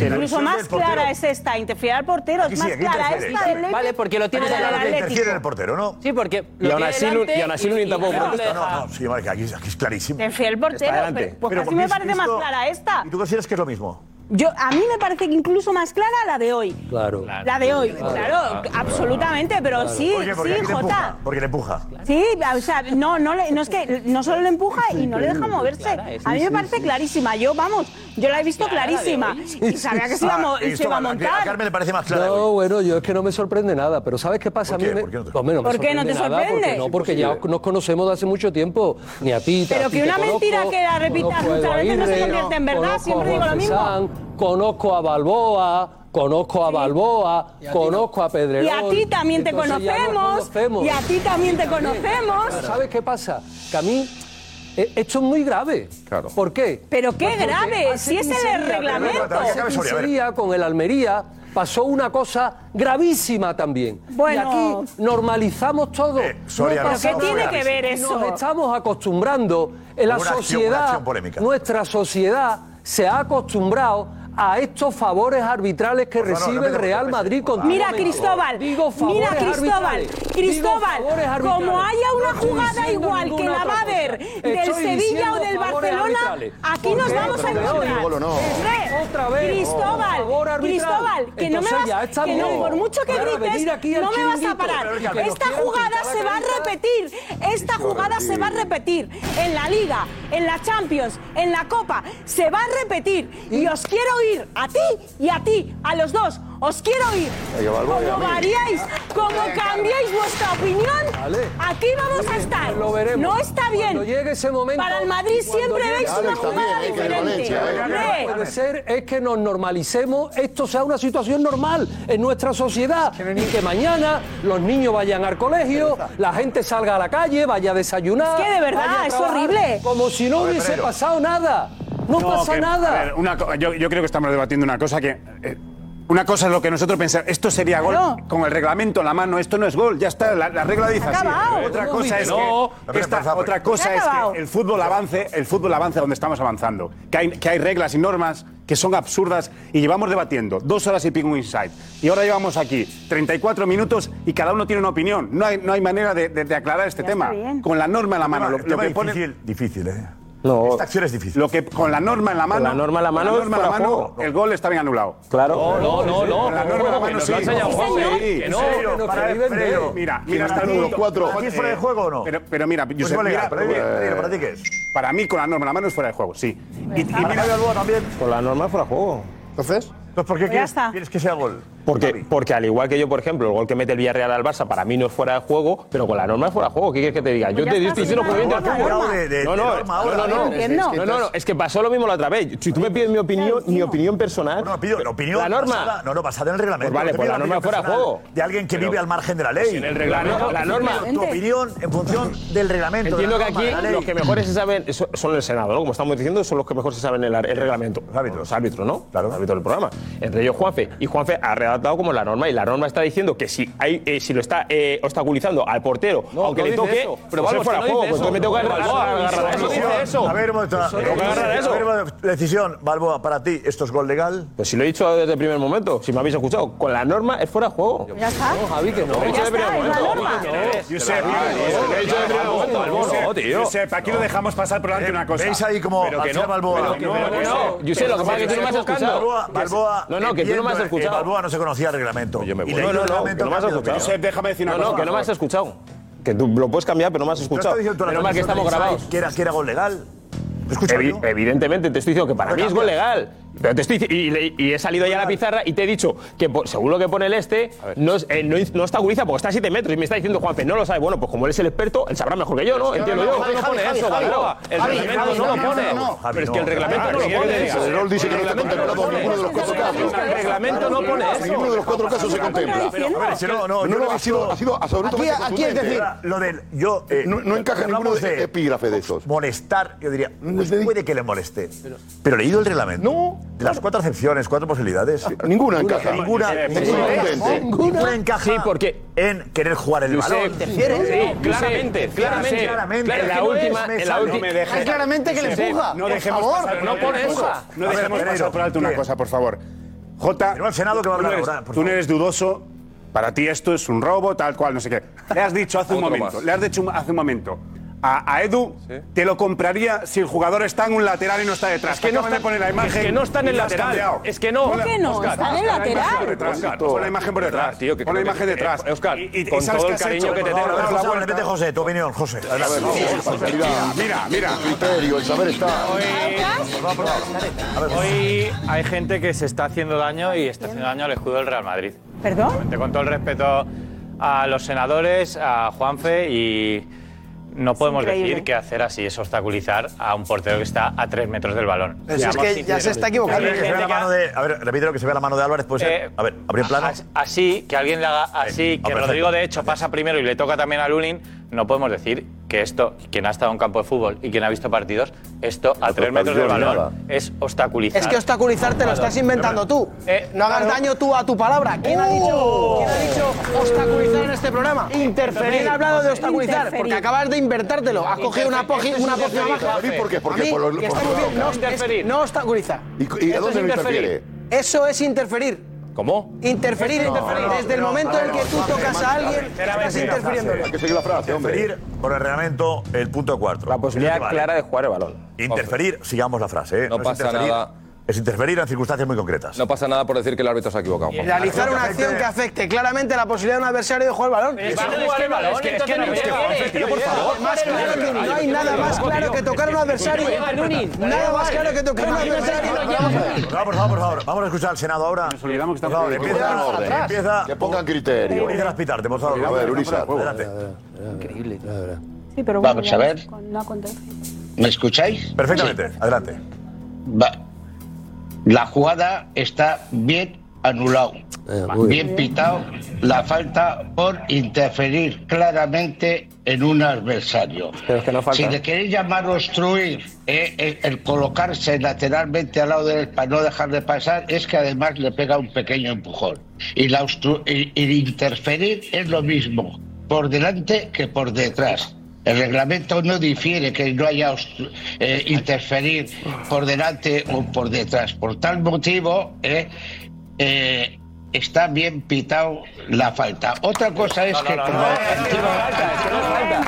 Incluso más clara es esta, interfiere al portero,
Aquí
es
sí,
más
aquí
clara
interfiere.
esta del
Vale, porque lo tienes
Pero
al
del
lado del
Atlético.
Interfiere en el portero, ¿no?
Sí, porque.
Y aún así Lu-
delante
y aún así Lunin tampoco
y no
protesta.
le deja.
No, no, sí, vale, que aquí, aquí es clarísimo.
Interfiere el portero,
Está adelante.
pero, pues
Pero
casi me
porque
parece más
esto-
clara esta.
¿Y tú consideras que es lo mismo?
Yo, a mí me parece que incluso más clara la de hoy.
Claro.
La de hoy, claro, absolutamente, pero sí,
Oye, porque
sí,
aquí le
Jota.
empuja. Porque le empuja.
Sí, o sea, no, no, le- no es que no solo le empuja y no le deja moverse.
es.
a mí
Sí, sí,
me parece
sí.
clarísima. Yo, vamos, yo la he visto
Clara la de
clarísima.
hoy.
Y sabía que se iba a, mo-
Ah, y
se iba a
esto, a-
montar.
a Carmen le parece más clara
No, bueno, yo es que no me sorprende nada, pero ¿sabes qué pasa? a mí me, Hombre, me
¿Por qué no te
sorprende nada, porque
sorprende?
no, porque ya nos conocemos de hace mucho tiempo, ni a ti,
Pero que una mentira que la repitas muchas veces no se convierte en verdad, siempre digo lo mismo.
Conozco a Balboa, conozco a Balboa, conozco a Pedrerol.
Y a ti también te
entonces ya nos
conocemos.
conocemos.
Y a ti también te
Pero
conocemos.
¿Sabes qué pasa? Que a mí eh, esto es muy grave. ¿Por qué?
Pero qué
Pues porque
grave,
hace
si es
15
en el
días,
reglamento.
pero hace 15 días con el Almería pasó una cosa gravísima también.
Bueno.
Y aquí normalizamos todo.
Soria,
Eh, No
no,
pasa
¿Pero qué
nada.
tiene que ver eso?
Nos estamos acostumbrando en la
Una acción- una
sociedad,
acción polémica.
nuestra sociedad se ha acostumbrado a estos favores arbitrales que
favor,
recibe
no
el
me
Real Madrid con
Mira, Cristóbal, mira, Cristóbal, Cristóbal, como haya una jugada igual que la va a ver del Sevilla o del Barcelona, aquí nos vamos a encontrar. Hombre, Cristóbal, Cristóbal, que no me vas, que no, por mucho que grites, no me vas a parar. Esta jugada se va a repetir, esta jugada se va a repetir en la Liga, en la Champions, en la Copa, se va a repetir. Y os quiero ir a ti y a ti, a los dos, os quiero ir.
Venga, Balboa,
Como
amigo.
variáis, como cambiáis vuestra opinión,
Vale.
aquí vamos a estar.
Lo veremos.
No está bien.
Cuando llegue ese momento.
Para el Madrid siempre veis una jugada diferente.
Lo que puede ser es que nos normalicemos, esto sea una situación normal en nuestra sociedad. Y que mañana los niños vayan al colegio, la gente salga a la calle, vaya a desayunar.
Es que de verdad,
vaya a
es
trabajar,
horrible.
Como si no
Joder,
hubiese
Pedrero.
pasado nada. No, pasa
que-
nada.
a ver, una co- yo, yo creo que estamos debatiendo una cosa que. eh, una cosa es lo que nosotros pensamos, esto sería gol con el reglamento en la mano, esto no es gol, ya está, la, la regla dice así.
Acabado.
Otra
No,
cosa
dice
es
no.
que, esta-
Pero, pero,
otra
pero,
cosa
pero,
es
acabado.
que el fútbol avance, el fútbol avance donde estamos avanzando, que hay, que hay reglas y normas que son absurdas y llevamos debatiendo dos horas y pico un inside y ahora llevamos aquí 34 minutos y cada uno tiene una opinión, no hay, no hay manera de, de- de aclarar este tema, con la norma en la mano.
Tema-
lo- lo
tema
que pone-
difícil, difícil, ¿eh?
No.
Esta acción es difícil.
Lo que con la norma en la mano.
Con la norma en la mano
con
es
norma en la
fuera de
mano,
juego.
el gol está bien anulado.
Claro.
Con
No, no, no,
La norma en la mano
que nos
sí.
lo ha enseñado
Sí,
José,
señor.
que no,
Sí,
que nos
para-
prohíben
Freire,
ver.
Mira,
Que
mira hasta el
aquí-
minuto cuatro.
¿aquí es fuera de
juego o no?
Pero, pero mira,
Pues
Josep,
vale,
mira,
para mí-
eh,
¿para ti qué es?
Para mí con la norma en la mano es fuera de juego, sí. Y, y
Para
mira
Javi Balboa también.
Con la norma fuera de juego.
Entonces,
¿por qué quieres, quieres que sea gol?
Porque, porque al igual que yo, por ejemplo, el gol que mete el Villarreal al Barça para mí no es fuera de juego, pero con la norma es fuera de juego. ¿Qué quieres que te diga?
Pues
yo
ya
te
está,
estoy diciendo
sí,
que
norma, norma.
de
De- de
No, no,
norma
no,
ahora,
no, no.
no entiendo.
No, no, no, es que pasó lo mismo la otra vez. Si tú me pides mi opinión, mi opinión personal.
No, pido la opinión.
La norma.
basada- no, no, basada en el reglamento.
Pues vale,
Te
pues
pido
la norma
opinión
fuera de
personal
juego.
De alguien que
Pero-
vive al margen de la
pues
ley.
en el reglamento, la norma.
Tu opinión en función del reglamento. de la
Entiendo que
norma,
aquí
de la ley.
los que mejores se saben so- son el Senado, ¿no? Como estamos diciendo, son los que mejor se saben el, ar- el reglamento. Los árbitros. Los árbitros, ¿no? Claro. Los árbitros del programa. Entre ellos Juanfe. Y Juanfe ha redactado como la norma y la norma está diciendo que si, hay, eh, si lo está eh, obstaculizando al portero, aunque
no
le
dice
toque,
eso.
pero
Pero
pues
Balbo,
es fuera
no
de juego.
dice
Pues entonces me tengo que
eso.
agarrar
Balbo,
agarrar a eso.
no dice eso.
A ver, un momento.
Eso no
Eh,
dice eso.
a ver, un momento. decisión, Balboa, para ti, ¿esto es gol legal?
Pues si lo he dicho desde el primer momento, si me habéis escuchado, con la norma es fuera de juego.
Ya está.
No, Javi, que no.
Ya está, es la norma.
Josep,
Lo he dicho desde el primer momento, Balbo, no, tío. Eh,
Josep, aquí lo dejamos pasar por delante una cosa.
¿Veis ahí como
Pero que
Alfredo
no,
Balboa?
pero que no, que no.
Josep, lo que pasa es que tú no me has escuchado.
Balboa, Balboa,
No, no, que tú no me has
entiendo, eh,
escuchado.
Balboa no se conocía el reglamento. Yo me
No, no, no, que no me has escuchado. No, no, que no me has escuchado. Que tú lo puedes cambiar, pero no me has escuchado. Menos mal que estamos grabados.
Que era, que era gol legal.
Evi- Evidentemente, te estoy diciendo que para mí es gol legal. Pero te estoy dic- y, le- y he salido ya a la pizarra y te he dicho que por- según lo que pone el este, no, es- eh, no, es- no obstaculiza porque está a 7 metros. Y me está diciendo Juanfe, no lo sabe. Bueno, pues como él es el experto, él sabrá mejor que yo, ¿no? Entiendo yo.
no pone eso, Balboa. El reglamento no lo pone.
Pero es que el reglamento no lo pone.
El
Pues
rol dice que no está contemplado en ninguno de los cuatro casos. El
reglamento no pone eso.
Ninguno de los cuatro casos se contempla.
A ver, si no, no, yo
no,
lo
ha
que
sido,
digo-
ha sido absolutamente contundente.
lo del yo eh,
no, no encaja en ninguno
hablamos
de epígrafe de esos.
molestar, yo diría, pues puede que le moleste. Pero leído el reglamento, de las cuatro excepciones, cuatro posibilidades,
ninguna encaja.
ninguna,
Eh,
ninguna,
contundente.
ninguna encaja
Sí, porque
en querer jugar el
Josep,
balón.
Josep, sí, claramente, claramente,
claramente.
En la última, en la última.
Hay claramente que le
Josep,
empuja.
No
Por
dejemos
favor.
pasar
Pero no
por
pone
alto una
eso.
cosa. No
A ver,
dejemos
Pereiro,
pasar por alto una
¿qué?
cosa, por favor. Jota,
Tenemos al Senado que va a
tú no
hablar
eres-
ahora, por
tú no
favor.
eres dudoso. Para ti esto es un robo, tal cual, no sé qué. Le has dicho hace un
Otro
momento,
más.
le has dicho hace un momento. A, a Edu te lo compraría si el jugador está en un lateral y no está detrás.
Es que no
Acaban de
está-
poner la
es
imagen.
que no está en
y
el
la has
lateral.
cambiado.
Es que no.
Ponla-
¿Por qué no?
Oscar,
Está en el
pon la
lateral.
imagen por detrás.
Oscar,
Pon la imagen por detrás.
tío, que
Pon la
creo que-
imagen detrás.
eh, Oscar,
Y- y-
con
¿sabes qué
todo el
has hecho?
cariño que te
Por
tengo,
favor,
dale
dale
la
la
Le
vuelta.
mete José, tu opinión, José.
Mira, mira. El criterio,
Pues,
el saber está.
Hoy hay gente que se está haciendo daño y está haciendo daño al escudo del Real Madrid.
¿Perdón?
Con todo el respeto a los senadores, a Juanfe y no podemos
increíble.
decir que hacer así es obstaculizar a un portero que está a tres metros del balón.
Eso es
Seamos
que ya
sinceros.
se
está equivocando.
Hay
Que se vea
gente
la
que ha-
mano de, a ver, repite lo que se ve la mano de Álvarez, pues, puede ser.
Eh,
a ver, abrir plano.
As- Así, que alguien le haga así, que
perfecto.
Rodrigo de hecho pasa primero y le toca también a Lunin, no podemos decir que esto, quien ha estado en un campo de fútbol y quien ha visto partidos, esto a tres metros del
obstaculizar
balón es obstaculizar.
Es que obstaculizar te lo estás inventando tú. Eh, no hagas daño tú a tu palabra. ¿Quién ha dicho, ¿quién ha dicho obstaculizar en este programa? Interferir. ¿Quién ha hablado de obstaculizar? Porque acabas de inventártelo. Has cogido una pogi- una pócima mágica.
Interferir, ¿por qué? Porque
A mí,
por lo-
que
por
estamos
lo-
bien, no, interferir. no obstaculizar.
¿Y- y a dónde no interfiere?
Eso es interferir.
¿Cómo?
Interferir,
No,
interferir.
no,
Desde el
no,
momento en el
no,
que tú
no,
tocas
no,
a alguien, estás interfiriendo.
Hay que seguir la frase, hombre.
Interferir por el reglamento, el punto 4. La
posibilidad clara de jugar el balón.
Interferir, sigamos la frase. ¿eh?
No
es
pasa
interferir,
nada.
Es interferir en circunstancias muy concretas.
No pasa nada por decir que el árbitro se ha equivocado. Juan.
Realizar una acción que afecte claramente la posibilidad de un adversario de jugar el balón.
Es que no jugar el balón, entonces no llega.
Tío, por favor. Más claro que no hay nada más claro que tocar a un adversario. Nada más claro que tocar a un adversario.
Por favor, por favor, por favor. Vamos a escuchar al Senado ahora. Nos olvidamos que estamos
Que pongan orden, Que pongan criterio.
Empieza a aspirarte, por favor.
A ver, Urizar.
Adelante.
Increíble.
Sí, pero
bueno,
bueno,
ya ves,
¿Me escucháis?
Perfectamente, adelante.
Va. La jugada está bien anulado,
muy
bien
bien.
pitado la falta por interferir claramente en un adversario. Si le queréis llamar obstruir eh, eh, el colocarse lateralmente al lado del para no dejar de pasar, es que además le pega un pequeño empujón. Y, la obstru- y- y interferir es lo mismo, por delante que por detrás. El reglamento no difiere que no haya obstru- eh, interferir por delante o por detrás. Por tal motivo, eh, eh, está bien pitado la falta. Otra cosa es que como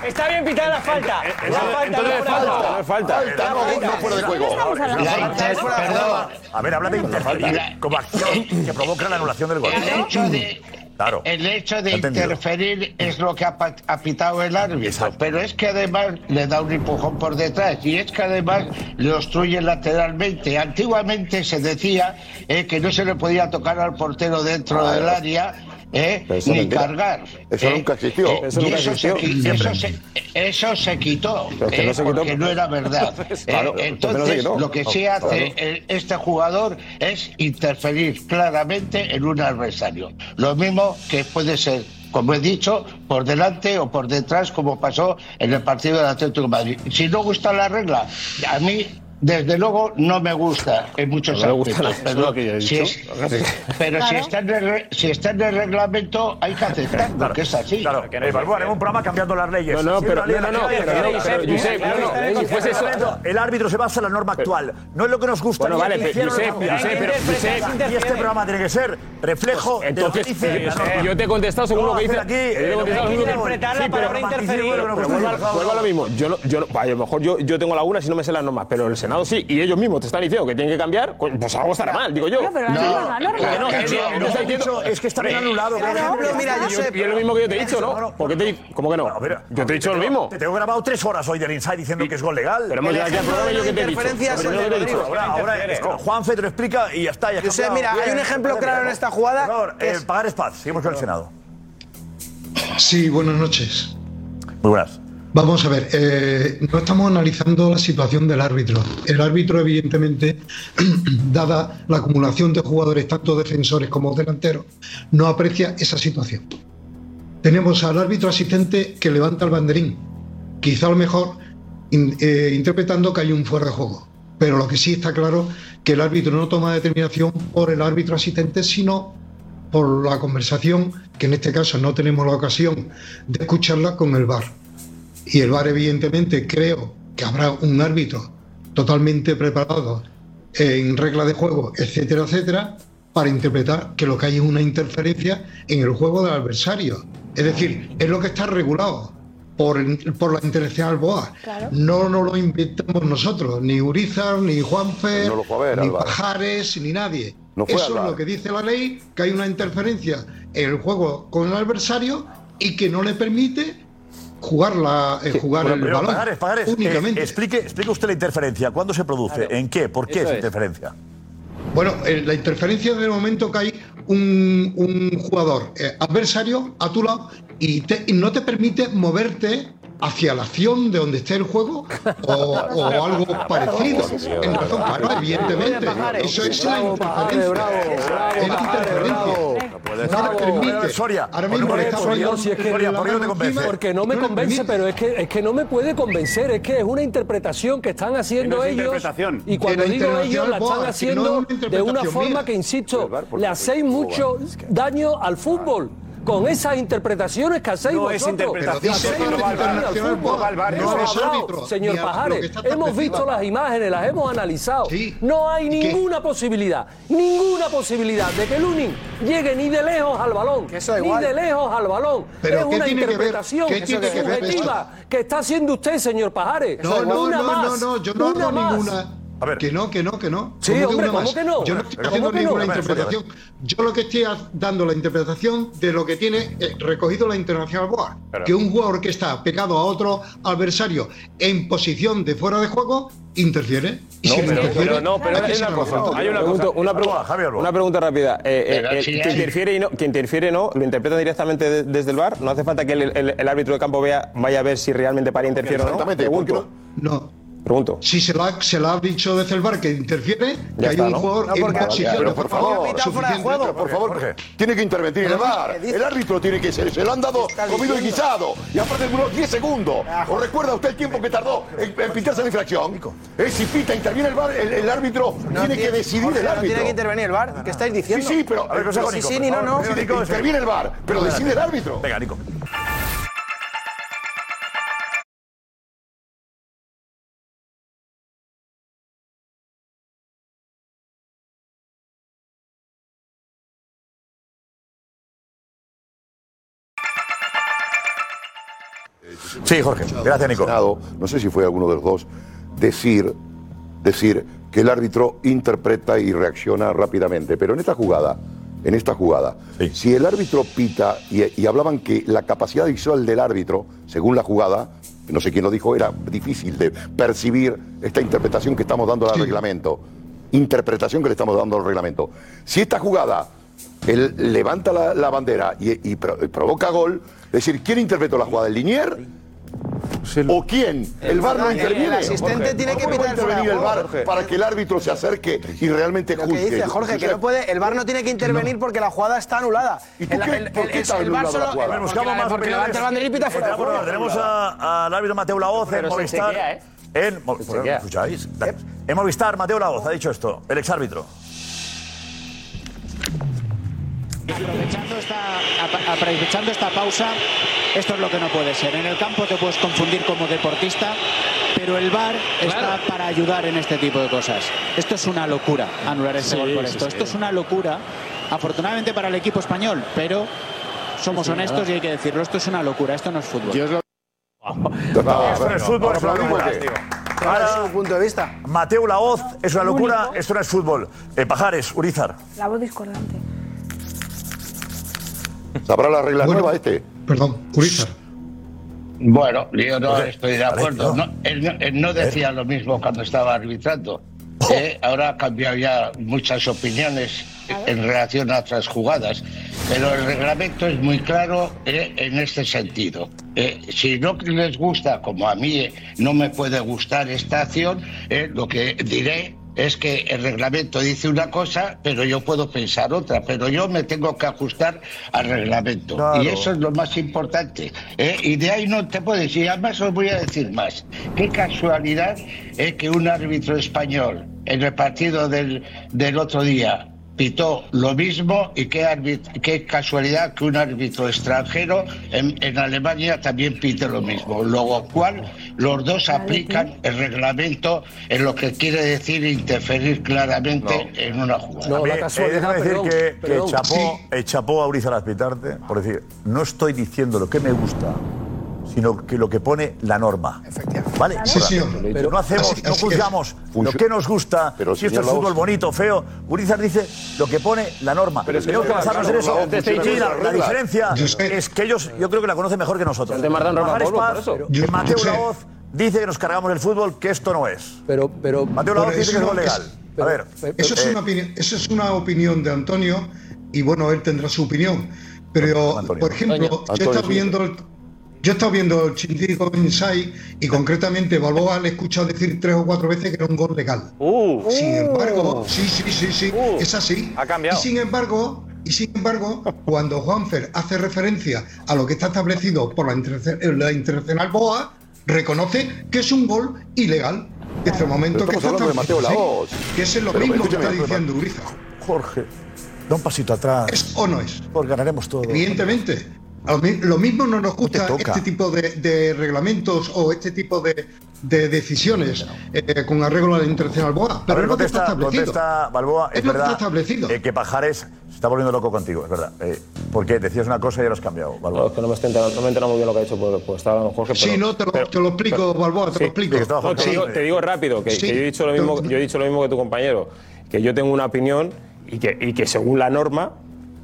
Está bien pitada la falta. La falta,
Eh, Entonces
no, no,
falta,
no.
falta.
Falta,
No,
falta.
no fuera de juego.
estamos hablando?
La
Falta,
inter-
fuera de
perdón.
juego.
A ver, habla de interferir como acción que provoca la anulación del gol.
El hecho de-
Claro.
el hecho de
Te he entendido.
interferir es lo que ha, pa- ha pitado el árbitro, pero es que además le da un empujón por detrás y es que además le obstruye lateralmente. Antiguamente se decía eh, que no se le podía tocar al portero dentro
Claro.
del área. eh,
Ah, Pero eso
ni
mentira.
cargar.
Eso
eh.
nunca existió.
Eh,
Eso
y
nunca
eso se
existió.
qui-
Siempre.
eso se- eso se quitó,
Pero es que
eh,
no se quitó.
porque no era verdad. Eh,
Claro, pero no se
entonces,
quitó.
lo que sí
No,
hace
claro.
el- este jugador es interferir claramente en un adversario. Lo mismo que puede ser, como he dicho, por delante o por detrás, como pasó en el partido del Atlético de Madrid. Si no gusta la regla, a mí. Desde luego no me gusta en muchos
No le gusta
aspectos.
la-
pero
eso es lo que yo he
si,
dicho.
es- pero si
Claro.
está en el, re- si está en el reglamento hay que aceptarlo, que es así.
Eh, Balboa, haremos un programa cambiando las leyes.
No, no,
Si
pero-
una ley-
no, no, no,
ley-
pero no,
ley-
pero,
ley-
Josep,
ley-
no, no,
ley-
si fuese eso-
El árbitro se basa en la norma actual. No es lo que nos gusta.
Bueno,
ni
vale,
lo que
pero,
hicieron
Josep,
en la-
Josep, pero, Josep.
Y este programa tiene que ser reflejo
Pues,
de lo que
entonces,
dice la
Josep,
norma.
yo te he contestado según
No
lo que
hacer
dice-
aquí,
yo te he
eh, lo que hay
contestado
que
según lo que-
interpretar
Sí,
la
pero-
palabra interferir. pues
Pero vuelvo, al- vuelvo a lo mismo. Yo, no- yo, no- a lo mejor yo, yo tengo la una si no me sé las normas, pero el Senado sí, y ellos mismos te están diciendo que tienen que cambiar, pues pues algo estará mal, digo yo.
Bueno, pero la norma es la norma.
porque no,
Claro,
es-
no,
no
no,
está
no,
diciendo-
es que está bien
Hombre,
anulado, por
claro,
ejemplo,
y-
mira,
y-
Josep,
Y es lo mismo que yo te he
eso,
dicho, ¿no? Porque te, ¿Cómo que no? Yo te he dicho lo mismo.
Te tengo grabado tres horas hoy del Inside diciendo que es gol legal.
Pero hemos llegado aquí al programa y yo que te he dicho. Pero yo que te he dicho.
Ahora, ahora es como Juan Fe te lo explica y ya está. Ya
Josep,
cambiado.
mira, hay
Bien,
un ejemplo
perfecto.
claro en esta jugada,
Por favor,
que
eh,
es-
pagar es paz. Seguimos con el Senado.
Sí, buenas noches.
Muy buenas.
Vamos a ver, eh, no estamos analizando la situación del árbitro. El árbitro, evidentemente, dada la acumulación de jugadores, tanto defensores como delanteros, no aprecia esa situación. Tenemos al árbitro asistente que levanta el banderín, quizá a lo mejor in- eh, interpretando que hay un fuera de juego. Pero lo que sí está claro que el árbitro no toma determinación por el árbitro asistente, sino por la conversación, que en este caso no tenemos la ocasión de escucharla con el VAR. Y el VAR, evidentemente, creo que habrá un árbitro totalmente preparado en regla de juego, etcétera, etcétera, para interpretar que lo que hay es una interferencia en el juego del adversario. Es decir, es lo que está regulado por, por la Internacional BOA. No nos lo inventamos nosotros, ni Urizar, ni Juanfer,
No lo fue a ver,
ni
Álvaro.
Pajares, ni nadie.
No fue
Eso
al
es
VAR.
lo que dice la ley, que hay una interferencia en el juego con el adversario y que no le permite jugar, la, eh, jugar
Bueno,
el
pero
balón.
Pagares, Pagares, eh,
únicamente.
explique, explique usted la interferencia. ¿Cuándo se produce? ¿En qué? ¿Por qué
Eso
es
es.
interferencia?
Bueno, eh, la interferencia es del momento que hay un, un jugador eh, adversario a tu lado y, te- y no te permite moverte hacia la acción de donde esté el juego o, o algo parecido. En razón, claro, evidentemente.
eh.
Eso es la interferencia. Es la interferencia. No te permite. Ahora mismo le está poniendo la mano encima
Porque no me
le
convence, pero es que, es que no me puede convencer. Es que es una interpretación que están haciendo
No es
ellos.
interpretación.
Y cuando
En la
digo ellos,
internacional,
la están
Boa, si no es
haciendo
una
de una
interpretación
forma
mía.
que, insisto,
porque
le
no
hacéis
fue
mucho daño al fútbol. Con esas interpretaciones que hacéis
No es
vosotros.
interpretación,
Hacéis
porque no va al bar.
daño al
No
fútbol.
va al bar,
Hemos
no es
hablado,
árbitro,
Señor
ni a lo
Pajares,
que está
hemos
establecido.
visto las imágenes, las hemos analizado. No hay ninguna posibilidad, ninguna posibilidad de que Lunin llegue ni de lejos al balón.
igual.
Ni de lejos al balón.
Pero
es
¿qué
una
tiene que ver?
interpretación
¿Qué tiene que ver
subjetiva que está haciendo usted, señor Pajares.
No, no,
Una
no,
más,
no, no, yo no
una
hago
más.
ninguna. Que no, que no, que no.
Sí,
¿Cómo
hombre,
una
¿cómo
más?
que no?
Yo no estoy
Pero
haciendo
¿cómo que no?
ninguna
A ver,
interpretación. Yo lo que estoy ha- dando la interpretación de lo que tiene eh, recogido la Internacional Board.
Pero-
Que un jugador que está pegado a otro adversario en posición de fuera de juego interfiere. Y
No,
si
pero,
interfiere,
pero no, pero
hay que
hay
ser
una cosa.
analizado.
Hay una, pregunta, una, pregunta, una pregunta rápida. Eh, eh,
Pero
el
si
que,
hay-
interfiere y no, que interfiere y no, lo interpreta directamente de- desde el bar. No hace falta que el, el- el árbitro de campo vea, vaya a ver si realmente para interfiere o no.
Exactamente, ¿por qué
Pregunto.
No.
Pregunto.
Si se la, se la ha dicho desde el bar que interfiere, que
Ya
hay
está,
un
¿no?
jugador
No,
en
porque-
posición
Pero
de
por favor,
suficiente.
Pero por favor, tiene que intervenir el VAR. El árbitro tiene que ser, se lo han dado comido y guisado. Y aparte duró 10 segundos. ¿Os recuerda usted el tiempo que tardó en, en pitarse la infracción? Eh, si pita, interviene el VAR, el, el árbitro tiene que decidir
Jorge,
el
no
árbitro.
tiene que intervenir el VAR. ¿Qué estáis
Sí,
diciendo?
sí, pero.
Sí, sí, ni no, no.
Sí, Interviene el VAR, pero decide el árbitro.
Venga, Nico. Sí, Jorge. Gracias, Nico.
no sé si fue alguno de los dos, decir, decir que el árbitro interpreta y reacciona rápidamente. Pero en esta jugada, en esta jugada, si el árbitro pita y, y hablaban que la capacidad visual del árbitro, según la jugada, no sé quién lo dijo, era difícil de percibir esta interpretación que estamos dando al reglamento. Interpretación que le estamos dando al reglamento. Si esta jugada él levanta la, la bandera y, y pro- y provoca gol. Es decir, ¿quién interpretó la jugada? ¿El Linier? ¿O quién? ¿El VAR no
El- el
interviene?
asistente
Jorge,
tiene que
¿cómo
pitar
puede intervenir el
fuera de
VAR
juego?
para que el árbitro se acerque y realmente
Lo que
juzgue?
dice Jorge, que no puede, el VAR no tiene que intervenir porque la jugada está anulada.
¿Y tú
El-
qué?
el-
¿Por qué
el-
está
el VAR
anulada la
solo-
jugada?
porque
Buscamos
la-
más
porque levanta el bandera y pita fuera de
Bueno,
juego.
Tenemos a- al árbitro Mateo Laoz en
Pero se
Movistar.
chequea, ¿eh?
En, Mo- ¿Me
chequea.
escucháis? En Movistar, Mateo Laoz ha dicho esto, el exárbitro.
Aprovechando esta, apa- aprovechando esta pausa, esto es lo que no puede ser. En el campo te puedes confundir como deportista, pero el VAR está para ayudar en este tipo de cosas. Esto es una locura, anular este
Sí,
gol por
sí,
esto.
sí.
Esto es una locura, afortunadamente para el equipo español, pero somos
Sí, sí,
honestos
nada.
y hay que decirlo. Esto es una locura, esto no es fútbol.
Esto no es fútbol, es una locura. Ahora, punto de vista. Mateo Laoz es una locura, esto no es fútbol. Eh, Pajares, Urizar.
La voz discordante.
¿Sabrá la regla nueva este?
Perdón, Urizar.
Bueno, yo no
Jorge,
estoy de
Alex,
acuerdo.
no.
No, él, no- él no decía lo mismo cuando estaba arbitrando. ¿eh? Ahora ha cambiado ya muchas opiniones en relación a otras jugadas. Pero el reglamento es muy claro ¿eh? en este sentido. Eh, si no les gusta, como a mí eh, no me puede gustar esta acción, ¿eh? lo que diré es que el reglamento dice una cosa, pero yo puedo pensar otra, pero yo me tengo que ajustar al reglamento.
Claro.
Y eso es lo más importante. ¿eh? Y de ahí no te puedes. Y además os voy a decir más. Qué casualidad eh, que un árbitro español en el partido del, del otro día pitó lo mismo y qué, árbit- qué casualidad que un árbitro extranjero en, en Alemania también pite lo mismo. Luego, cual los dos aplican el reglamento en lo que quiere decir interferir claramente en una jugada.
También, eh, déjame decir que, que chapó, eh, chapó a Urizar Aspitarte por decir, no estoy diciendo lo que me gusta, sino que lo que pone la norma. Efectivamente. ¿Vale?
Sí, señor.
Pero no hacemos,
Así-
no
así es.
juzgamos lo que nos gusta,
Pues Pero,
si esto es
señor
fútbol
Laos-
bonito, feo. Urizar dice lo que pone la norma.
Pero es que
Tenemos que
la-
basarnos en
claro,
eso.
Laos funciona
Sí,
con
la,
esas
la
reglas.
diferencia
Yo sé.
es que ellos, yo creo que la conocen mejor que nosotros.
te mandan ropa
Pajares
polvo, por
Paz,
eso.
que
Yo- yo
Mateo
sé.
Laoz dice que nos cargamos el fútbol, que esto no es.
Pero, pero,
Mateo Laoz
Pero
dice que es
eso
gol
no es-
legal. A ver.
Eso es,
eh,
una opinión, eso es una opinión de Antonio y bueno, él tendrá su opinión. Pero, por ejemplo, yo he
Antonio,
estado
sí.
viendo el, yo he estado viendo el Chindico Inside y concretamente Balboa le he escuchado decir tres o cuatro veces que era un gol legal. sin embargo, sí, sí, sí, sí,
Uh.
es así. Ha cambiado. Y sin embargo, y sin embargo, cuando Juanfer hace referencia a lo que está establecido por la, interce- la Internacional BOA, reconoce que es un gol ilegal. Desde el momento
Pero
que
estamos hablando de Mateo Laoz.
Sí, que ese es lo
Pero,
mismo que
escúchame,
está
escúchame.
diciendo Uriza.
Jorge, da un pasito atrás.
¿Es o no es?
Porque ganaremos todo.
Evidentemente. A mí Lo mismo no nos gusta
toca.
este tipo de, de reglamentos o este tipo de, de decisiones eh, con arreglo a la internacional BOA.
A
Pero
ver,
es lo que está
contesta,
establecido.
contesta, Balboa, es,
Es lo que
verdad
está
eh, que Pajares se está volviendo loco contigo, es verdad. Eh, porque decías una cosa y ahora has cambiado, Balboa.
No, es que no me estoy enterando, no me he enterado muy bien lo que ha hecho, pues, pues estaba hablando Jorge.
Sí, no, te lo, te lo explico, Balboa, te lo explico.
No, te, digo, te digo rápido, que,
Sí.
que yo, he dicho lo mismo, yo he dicho lo mismo que tu compañero, que yo tengo una opinión y que, y que según la norma,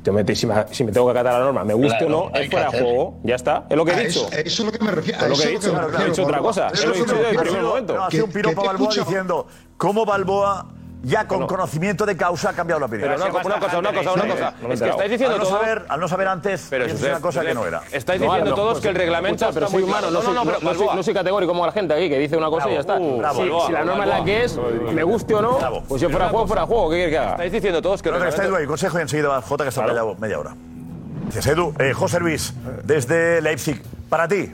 yo me- si, me, si me tengo que acatar la norma, me guste
Claro,
o no,
hay
es
que
fuera de
hacer.
juego, ya está, es lo
Ah,
que
A
he dicho.
Eso, a eso es lo que me refiero. a
Es lo que
eso
he
es
dicho,
me
claro,
refiero,
he dicho otra
Balboa.
cosa,
Eso
he
es lo
dicho
que me
desde el
refiero.
primer momento.
No, hace un piropo a
te
Balboa
escucho.
diciendo cómo Balboa, ya con conocimiento de causa, ha cambiado la opinión.
Pero no, una cosa, una cosa, una cosa. Es que estáis diciendo
al no
todo-
saber, Al no saber antes,
Pero,
es
Josep,
una cosa que
Josep,
no era.
Estáis diciendo todos que el reglamento
pues, Escucha, pero
está muy
soy humano, no,
claro.
soy, no, no, soy, no soy categórico como la gente aquí que dice una cosa y ya está.
Bravo,
Si-
bravo,
si,
bravo,
la norma es la
bravo.
que es, me guste o no, pues yo
Pero
fuera
una
juego,
cosa,
fuera juego, ¿qué quieres que haga?
Estáis diciendo todos que el
No, que estáis
reglamento-
ahí, consejo y enseguida va Jota, que está callado media hora. Gracias, Edu. Eh, José Luis, desde Leipzig, para ti.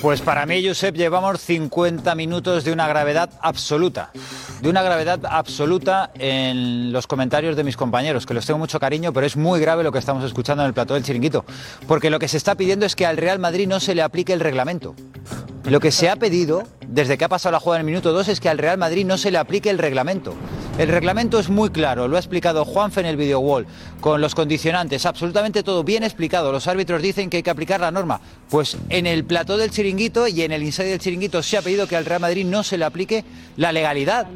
Pues para mí, Josep, llevamos 50 minutos de una gravedad absoluta. De una gravedad absoluta en los comentarios de mis compañeros, que los tengo mucho cariño, pero es muy grave lo que estamos escuchando en el plató del chiringuito. Porque lo que se está pidiendo es que al Real Madrid no se le aplique el reglamento. Lo que se ha pedido desde que ha pasado la jugada en el minuto 2 es que al Real Madrid no se le aplique el reglamento. El reglamento es muy claro, lo ha explicado Juanfe en el video wall, con los condicionantes, absolutamente todo bien explicado. Los árbitros dicen que hay que aplicar la norma. Pues en el plató del chiringuito y en el inside del chiringuito se ha pedido que al Real Madrid no se le aplique la legalidad.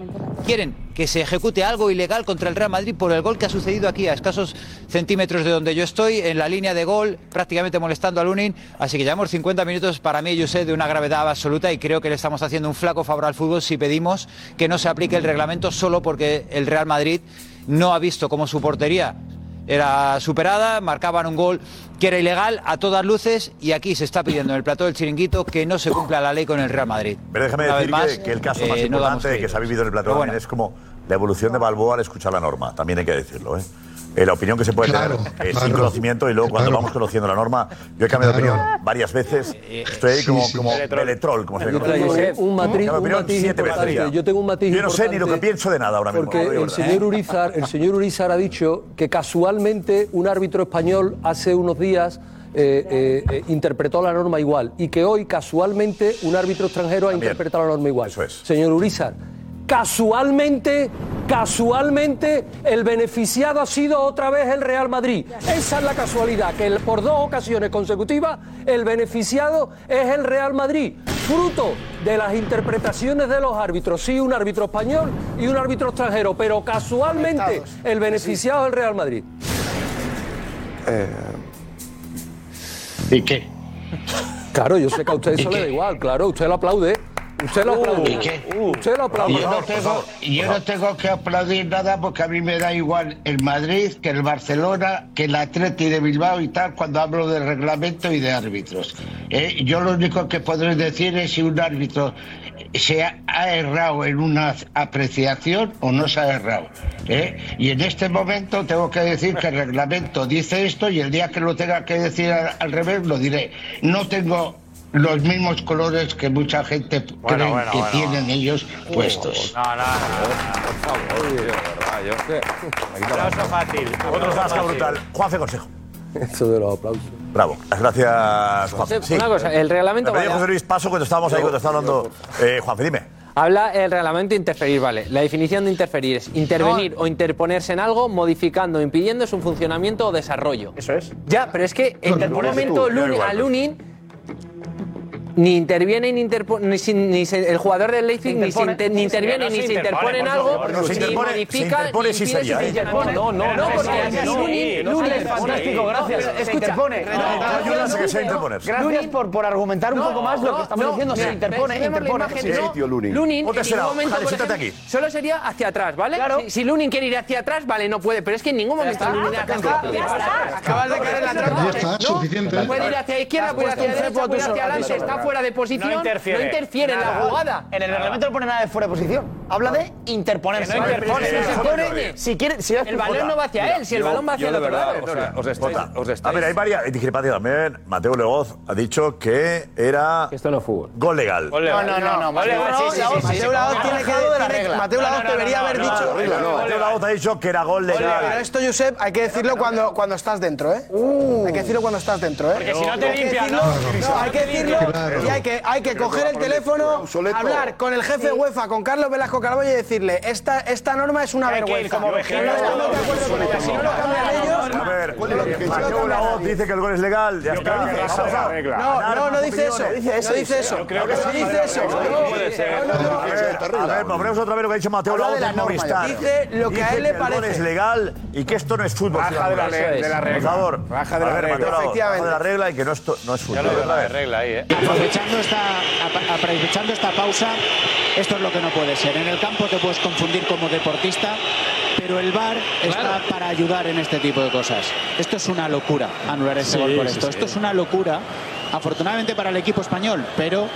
Quieren que se ejecute algo ilegal contra el Real Madrid por el gol que ha sucedido aquí a escasos centímetros de donde yo estoy, en la línea de gol, prácticamente molestando a Lunin. Así que llevamos 50 minutos para mí, yo sé, de una gravedad absoluta y creo que le estamos haciendo un flaco favor al fútbol si pedimos que no se aplique el reglamento solo porque el Real Madrid no ha visto como su portería era superada, marcaban un gol que era ilegal a todas luces y aquí se está pidiendo en el plató del chiringuito que no se cumpla la ley con el Real Madrid.
Pero déjame
Una vez
decir
más,
que, que el caso
eh,
más
no damos
importante que
créditos.
se ha vivido en el plató
Pero
también
bueno.
es como la evolución de Balboa al escuchar la norma, también hay que decirlo. ¿eh? Eh, la opinión que se puede tener eh, sin
claro.
conocimiento y luego cuando
Claro.
vamos conociendo la norma, yo he cambiado de
Claro.
opinión varias veces,
Eh,
estoy ahí
sí,
como,
sí.
como Beletrol, como se le
Yo
conoce.
tengo un, un matiz,
He cambiado de
un
opinión
matiz
siete veces
importante.
ya.
Yo tengo un matiz
Yo no sé ni lo que
importante
pienso de nada ahora mismo.
Porque
lo digo,
el
¿verdad? ¿eh?
señor, Urizar, el señor Urizar ha dicho que casualmente un árbitro español hace unos días eh, eh, eh, interpretó la norma igual y que hoy casualmente un árbitro extranjero ha interpretado la norma igual. Señor Urizar, casualmente, casualmente el beneficiado ha sido otra vez el Real Madrid. Esa es la casualidad, que el- por dos ocasiones consecutivas el beneficiado es el Real Madrid, fruto de las interpretaciones de los árbitros. Sí, un árbitro español y un árbitro extranjero, pero casualmente el beneficiado es el Real Madrid.
¿Y qué?
Claro, yo sé que a usted
¿Y
eso le
qué?
da igual, claro, usted lo aplaude. Usted lo
Uh,
aplaude.
¿y qué?
Usted lo aplaude.
Yo no, tengo, yo no tengo que aplaudir nada porque a mí me da igual el Madrid que el Barcelona, que el Atleti de Bilbao y tal cuando hablo de reglamento y de árbitros. Eh, yo lo único que podré decir es si un árbitro se ha, ha errado en una apreciación o no se ha errado. ¿eh? Y en este momento tengo que decir que el reglamento dice esto y el día que lo tenga que decir al, al revés lo diré. No tengo los mismos colores que mucha gente cree
bueno,
que
bueno.
tienen ellos
Oh.
puestos.
No, no, no. Por favor, tío, de verdad, yo es que. Aplauso fácil.
Otro zasca brutal. Juan hace consejo.
Eso de los aplausos.
Bravo. Las gracias, Juan.
Una cosa, el reglamento
Me pedía
vaya-
José Luis Paso cuando estábamos ahí, cuando estaba hablando. Eh, Juan, dime.
Habla el reglamento de interferir, vale. La definición de interferir es intervenir o interponerse en algo modificando o impidiendo su funcionamiento o desarrollo. Eso es. Ya, pero es que en algún
lo dices tú,
momento
da
Lunin-
igual,
a
pero-
Lunin ni interviene ni, interpo- ni, se- ni se- el jugador del Leipzig ni, se
Interpone.
inter- ni interviene
No se
ni se
interpone,
interpone en
por
algo
favor, no se
ni
interpone, se
modifica
interpone
ni
sí
impide
sería,
su
¿eh?
interpone.
No, no, no,
porque
no,
aquí
no,
Lunin,
no, no,
Lunin,
no, no,
Lunin,
fantástico, gracias.
Eh, no,
Se
escucha,
interpone. No, no, yo no sé qué sea interponer. Gracias por- por argumentar un poco más lo que estamos diciendo, se
mira,
interpone,
vemos la
interpone.
imagen,
Sí,
no,
tío, Lunin.
Lunin,
Ponte
este
en
ese
ningún
lado.
momento,
Vale,
por
siéntate
ejemplo,
aquí.
solo sería hacia atrás, ¿vale? Si, si Lunin quiere ir hacia atrás, vale, no puede, pero es que en ningún momento Lunin
ya
hacia
está,
atrás.
ya está.
Acabas de caer en la trampa.
Ya está, suficiente.
Pues,
Pues,
Puede ir hacia izquierda, puede ir hacia derecha, puede ir hacia adelante, está fuera de posición, no interfiere, en la jugada.
En el reglamento no pone nada de fuera de posición. Habla de interponerse.
Que no interpone.
Si se pone, si quiere, si va a
El balón
expulsar.
no va hacia
Mira,
él, si el balón va hacia
yo
el
de
otro
verdad,
lado.
o sea,
os
estáis- os
A ver, Ah, hay varias discrepancias también. Mateo Legoz ha dicho que era. Esto no fue. Gol legal.
No, no, no, no. Mateo Laoz- Mateo Laoz tiene que tiene- Mateo Laoz debería haber dicho.
Mateo Laoz ha dicho que era gol
Oye,
legal.
pero esto, Josep, hay que decirlo cuando, cuando estás dentro, ¿eh? Hay que decirlo cuando estás dentro, ¿eh?
Porque si no te
Hay que
limpia,
decirlo-
¿no?
hay que decirlo
Claro.
y hay que, hay que
Pero
coger
tú,
el
Pablo,
teléfono,
obsoleto.
hablar con el jefe UEFA, con Carlos Velasco Caraballo y decirle, esta, esta norma es una
Hay que ir
pues,
vergüenza.
como vejiga.
No estamos de acuerdo con ella. Si no lo cambian ellos...
A
pues,
ver, Mateo Laoz dice que el gol es legal. Ya está. Vamos a-
No, no, no dice eso.
opiniones.
No dice eso. No dice eso. No dice eso.
A ver, a ver, volvemos otra vez lo que ha dicho Mateo
Habla
Laoz
de la
en
norma,
Movistar.
ya. Dice lo que a él le
el gol
parece.
es legal y que esto no es fútbol.
Baja
sino
de la
fútbol.
re- de la regla.
Por favor.
Baja de la
a ver,
regla.
Mateo Laoz, baja de
Efectivamente.
la regla y que no es, to- no es fútbol.
Ya lo veo,
Otra
la
vez.
regla ahí, ¿eh?
Aprovechando esta, apa- aprovechando esta pausa, esto es lo que no puede ser. En el campo te puedes confundir como deportista, pero el VAR está para ayudar en este tipo de cosas. Esto es una locura, anular este
Sí,
gol por
sí,
esto.
sí.
Esto es una locura, afortunadamente para el equipo español, pero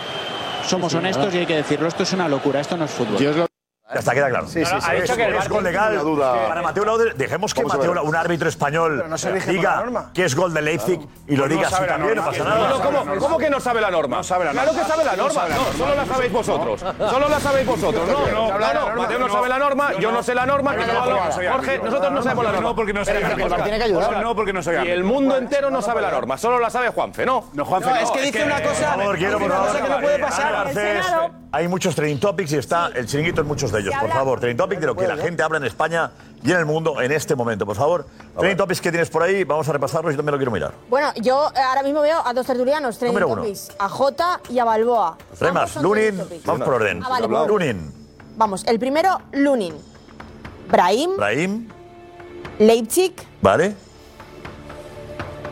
somos
Sí, sí,
honestos
nada.
y hay que decirlo. Esto es una locura, esto no es fútbol.
Ya está, queda claro.
Sí, sí, sí. Ha
Es-
dicho que el
es
VAR
gol
tiene
legal.
una duda.
Para Mateo Laudel, dejemos que
Vamos a
Mateo,
ver.
Laudel, un árbitro español,
Pero no se rige por la
diga
norma.
que es gol del Leipzig y lo
Pues
diga
no
así
sabe la
también, no
norma.
pasa
No,
nada.
no, ¿cómo, cómo que no sabe la norma?
la
claro
norma.
que sabe la
No
norma.
sabe la
No,
norma.
solo la sabéis vosotros. Solo la sabéis vosotros. No, no,
la
no, no.
norma.
Mateo no
No,
sabe la norma,
yo
yo
no.
no sé la norma.
Yo
que
no
no
juego,
habla.
soy
Jorge,
árbitro.
nosotros no sabemos la norma.
No, porque no soy
Pero
árbitro.
el VAR tiene que ayudar.
No, porque no soy
Y
árbitro.
el mundo entero no sabe la norma, solo la sabe Juanfe, ¿no?
No, Juanfe,
No,
no.
es que dice una cosa-
Por favor,
dice
quiero,
una
por favor.
cosa que no puede pasar.
Ana
El
Garcés,
Senado-
Hay muchos trending topics y está el chiringuito en muchos de ellos. Por favor, trending topic de lo que la gente habla en España y en el mundo en este momento. Por favor, trending topics que tienes por ahí, vamos a repasarlos. Yo también lo quiero mirar.
Bueno, yo eh, ahora mismo veo a dos tertulianos, tres
Número uno.
topics, a Jota y a Balboa.
Remas, Lunin, vamos por orden.
Ah, vale, por orden.
Lunin,
Vamos, el primero, Lunin. Brahim,
Brahim,
Leipzig,
¿vale?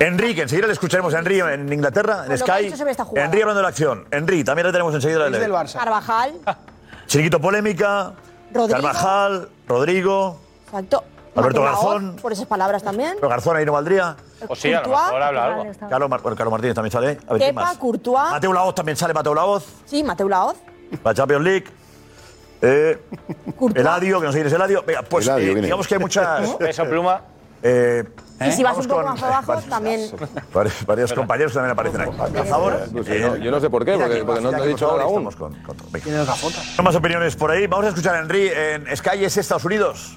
Enrique, enseguida le escucharemos a Enrique en Inglaterra, en
Con lo que ha
Sky.
dicho sobre esta jugada.
Enrique hablando de la acción. Enrique, también la tenemos enseguida. en La tele.
Carvajal,
Chiringuito polémica,
Rodrigo.
Carvajal, Rodrigo,
exacto.
Alberto
Mateo Laoz,
Garzón.
Por esas palabras también.
pero Garzón ahí no valdría.
O Pues sí, a lo Courtois. mejor habla algo.
Carlos, Mar- bueno, Carlos Martínez también sale. A ver, ¿quién
Kepa,
más?
Courtois.
Mateo Laoz también sale, Mateo Laoz.
Sí, Mateo Laoz.
La Champions League. Eh, Eladio, que no sé quién es Eladio. Venga, pues
Eladio,
eh,
¿quién es?
digamos que hay muchas.
Peso
pluma. Eh,
Y si vas
vamos
un poco
con-
más abajo, también.
Varios, varios compañeros también aparecen aquí. Por favor.
yo, yo no sé por qué,
Mira
porque,
aquí,
porque no
mira
te he
aquí,
dicho
por
nada
favor,
aún.
estamos No más opiniones por ahí. Vamos a escuchar a Henry en Sky es Estados Unidos.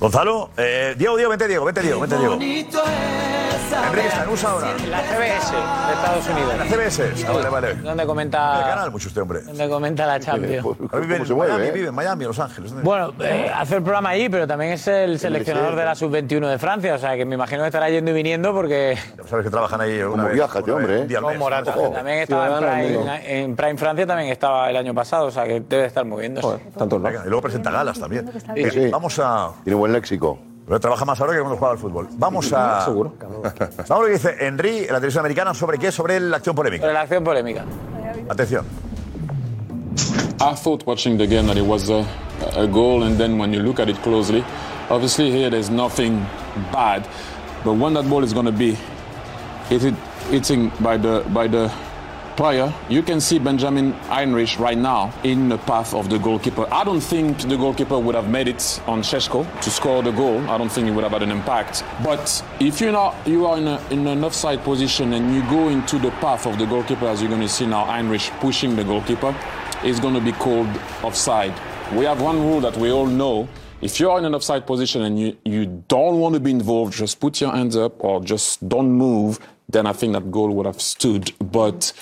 Gonzalo, eh, Diego, Diego, vente Diego, vente Diego, vente Diego. Enrique está en USA ahora.
La CBS de Estados Unidos.
La CBS. Ah, vale, vale.
¿Dónde
¿Qué
comenta,
canal mucho usted, hombre? pues,
dónde comenta la Champions?
Ahora vive en
eh?
eh?
Miami, vive en Miami, en Los Ángeles. ¿dónde?
Bueno, eh, hace el programa allí, pero también es el seleccionador de la sub-21 de Francia, o sea que me imagino que estará yendo y viniendo porque
Sabes que trabajan ahí una
Como
vez.
viaja este
una
hombre,
vez,
¿eh?
un día al mes.
Ojo.
también estaba en Prime, en Prime Francia, también estaba el año pasado, o sea que debe estar moviéndose.
Venga, Y luego presenta galas también.
bien.
Venga, Vamos a...
Tiene buen léxico.
Pero trabaja más ahora que cuando jugaba al fútbol. Vamos a...
Seguro.
Vamos a lo que dice Henry en la televisión americana sobre qué, sobre la acción polémica.
Sobre la acción polémica.
Atención.
I thought watching the game that it was a, a goal, and then when you look at it closely, obviously here there's nothing bad, but when that ball is going to be hit, it, hitting by the by the player, you can see Benjamin Heinrich right now in the path of the goalkeeper. I don't think the goalkeeper would have made it on Sheshko to score the goal. I don't think it would have had an impact. But if you're not, you are in, a, in an offside position and you go into the path of the goalkeeper, as you're going to see now, Heinrich pushing the goalkeeper, it's going to be called offside. We have one rule that we all know. If you're in an offside position and you, you don't want to be involved, just put your hands up or just don't move, then I think that goal would have stood. But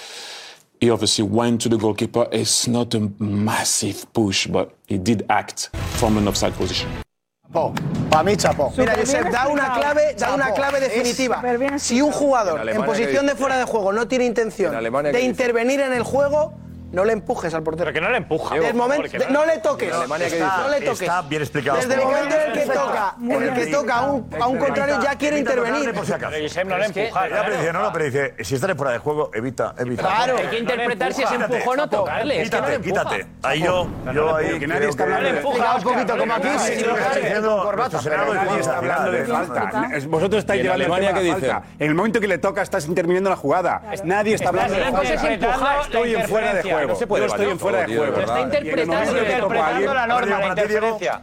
he obviously went to the goalkeeper. It's not a massive push, but he did act from an offside position.
Para mí, chapo.
Mira,
Superbién
Josep, da una
explicado.
clave, da una
Chapo,
clave
es
definitiva.
superbién
Si un
explicado.
jugador
En
en,
Alemania, ¿qué
posición de
dice?
fuera de juego no tiene intención
En Alemania,
de
¿qué dice?
intervenir en el juego, no le empujes al portero. Porque no le empuja. Desde el
Diego,
momento,
porque
de-
no
no
le-
le toques.
En Alemania, ¿qué
no
dice?
le toques.
Está bien explicado.
Desde el momento en el que
Perfecto.
toca,
Muy
en el que
bien.
toca a un, a un contrario ya quiere
Evita
intervenir.
tocarle por si acaso.
no le
Es que-
empuja,
Ya,
claro.
pero dice, no, no, pero dice, si estás fuera de juego, evita, evita.
Claro. Hay que interpretar si es
Quítate,
empujón o
Chapo,
tocarle, es que no
Quítate,
le empuja.
quítate. Ahí yo, yo ahí
Que nadie
creo
está
que-
hablando de
empuja, Oscar, no le empuja.
Sí,
Sí,
lo
lo
está
que está
diciendo
con
nuestro
corbata,
Senado
pero
y nadie
no
está
está
hablando de
hablando de
falta.
falta.
Vosotros estáis
¿Y en
llevando el
Alemania
tema
qué
de
dicen?
falta. En el momento que le toca, estás interviniendo la jugada. Nadie
Estás
está hablando de
interpretando
falta.
la
Yo estoy en fuera de
interferencia.
juego.
No se puede,
Yo estoy
¿vale?
en fuera de
Tío, de
juego.
verdad. Está
Y en el momento
interpretando-
que le toca a alguien-
interpretando la norma,
Diego,
la
para ti, Diego,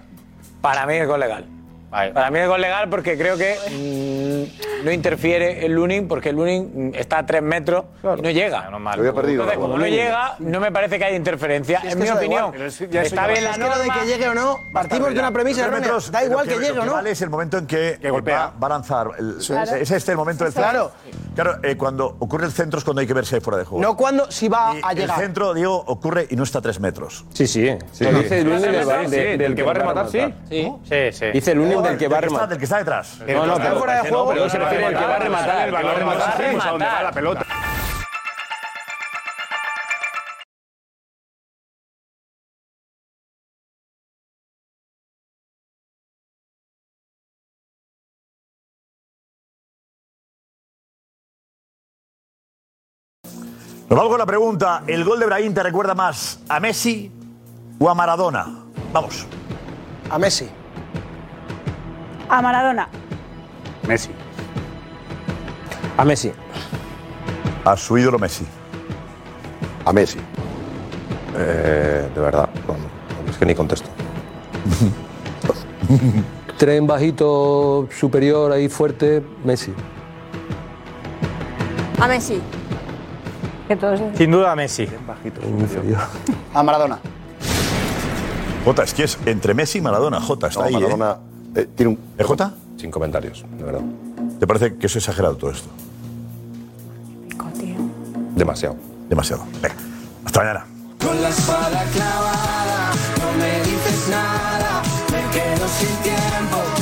Para mí es gol legal. Para mí es gol legal porque creo que mm, no interfiere el Lunin porque el Lunin mm, está a tres metros y no llega.
Había perdido.
Entonces, como no llega, no me parece que haya interferencia.
Sí, es
en
que
mi
eso da
opinión,
igual, pero es- ya eso
está
ya
bien
va.
la
Es que lo
norma.
de que llegue o no, partimos de una premisa
Los
errónea.
metros,
Da
lo
igual que
lo
llegue o no.
vale es el momento en que, golpea. Va, va a lanzar. el-
Eso es.
Es este el momento del
Claro.
centro. Claro, eh, cuando ocurre el centro es cuando hay que verse fuera de juego.
No cuando si va a
el
llegar.
centro, Diego, ocurre y no está a tres metros.
Sí, sí.
Sí.
Lo dice el único del,
Sí, sí,
del- del que va a rematar, sí.
Sí, sí.
Dice el único del que va a
Del está-
rematar.
Del que está detrás.
No, no, pero-
fuera de
no,
juego,
pero se refiere al que va a rematar.
el valor
que va a
más
rematar.
a donde va la pelota.
Nos vamos con la pregunta. ¿El gol de Brahim te recuerda más a Messi o a Maradona? Vamos.
A Messi.
A Maradona.
Messi.
A Messi.
A su ídolo Messi.
A Messi.
Eh, de verdad, no, no, es que ni contesto.
Tren bajito, superior, ahí fuerte, Messi.
A Messi. Que todos.
Sin duda Messi.
A Maradona.
Jota, es que es entre Messi y Maradona. Jota está
No,
ahí.
Maradona, eh,
tiene un... ¿Es Jota?
Sin comentarios, de verdad.
¿Te parece que es exagerado todo esto?
Demasiado.
Demasiado. Venga, hasta mañana.
Con la espada clavada, no me dices nada, me quedo sin tiempo.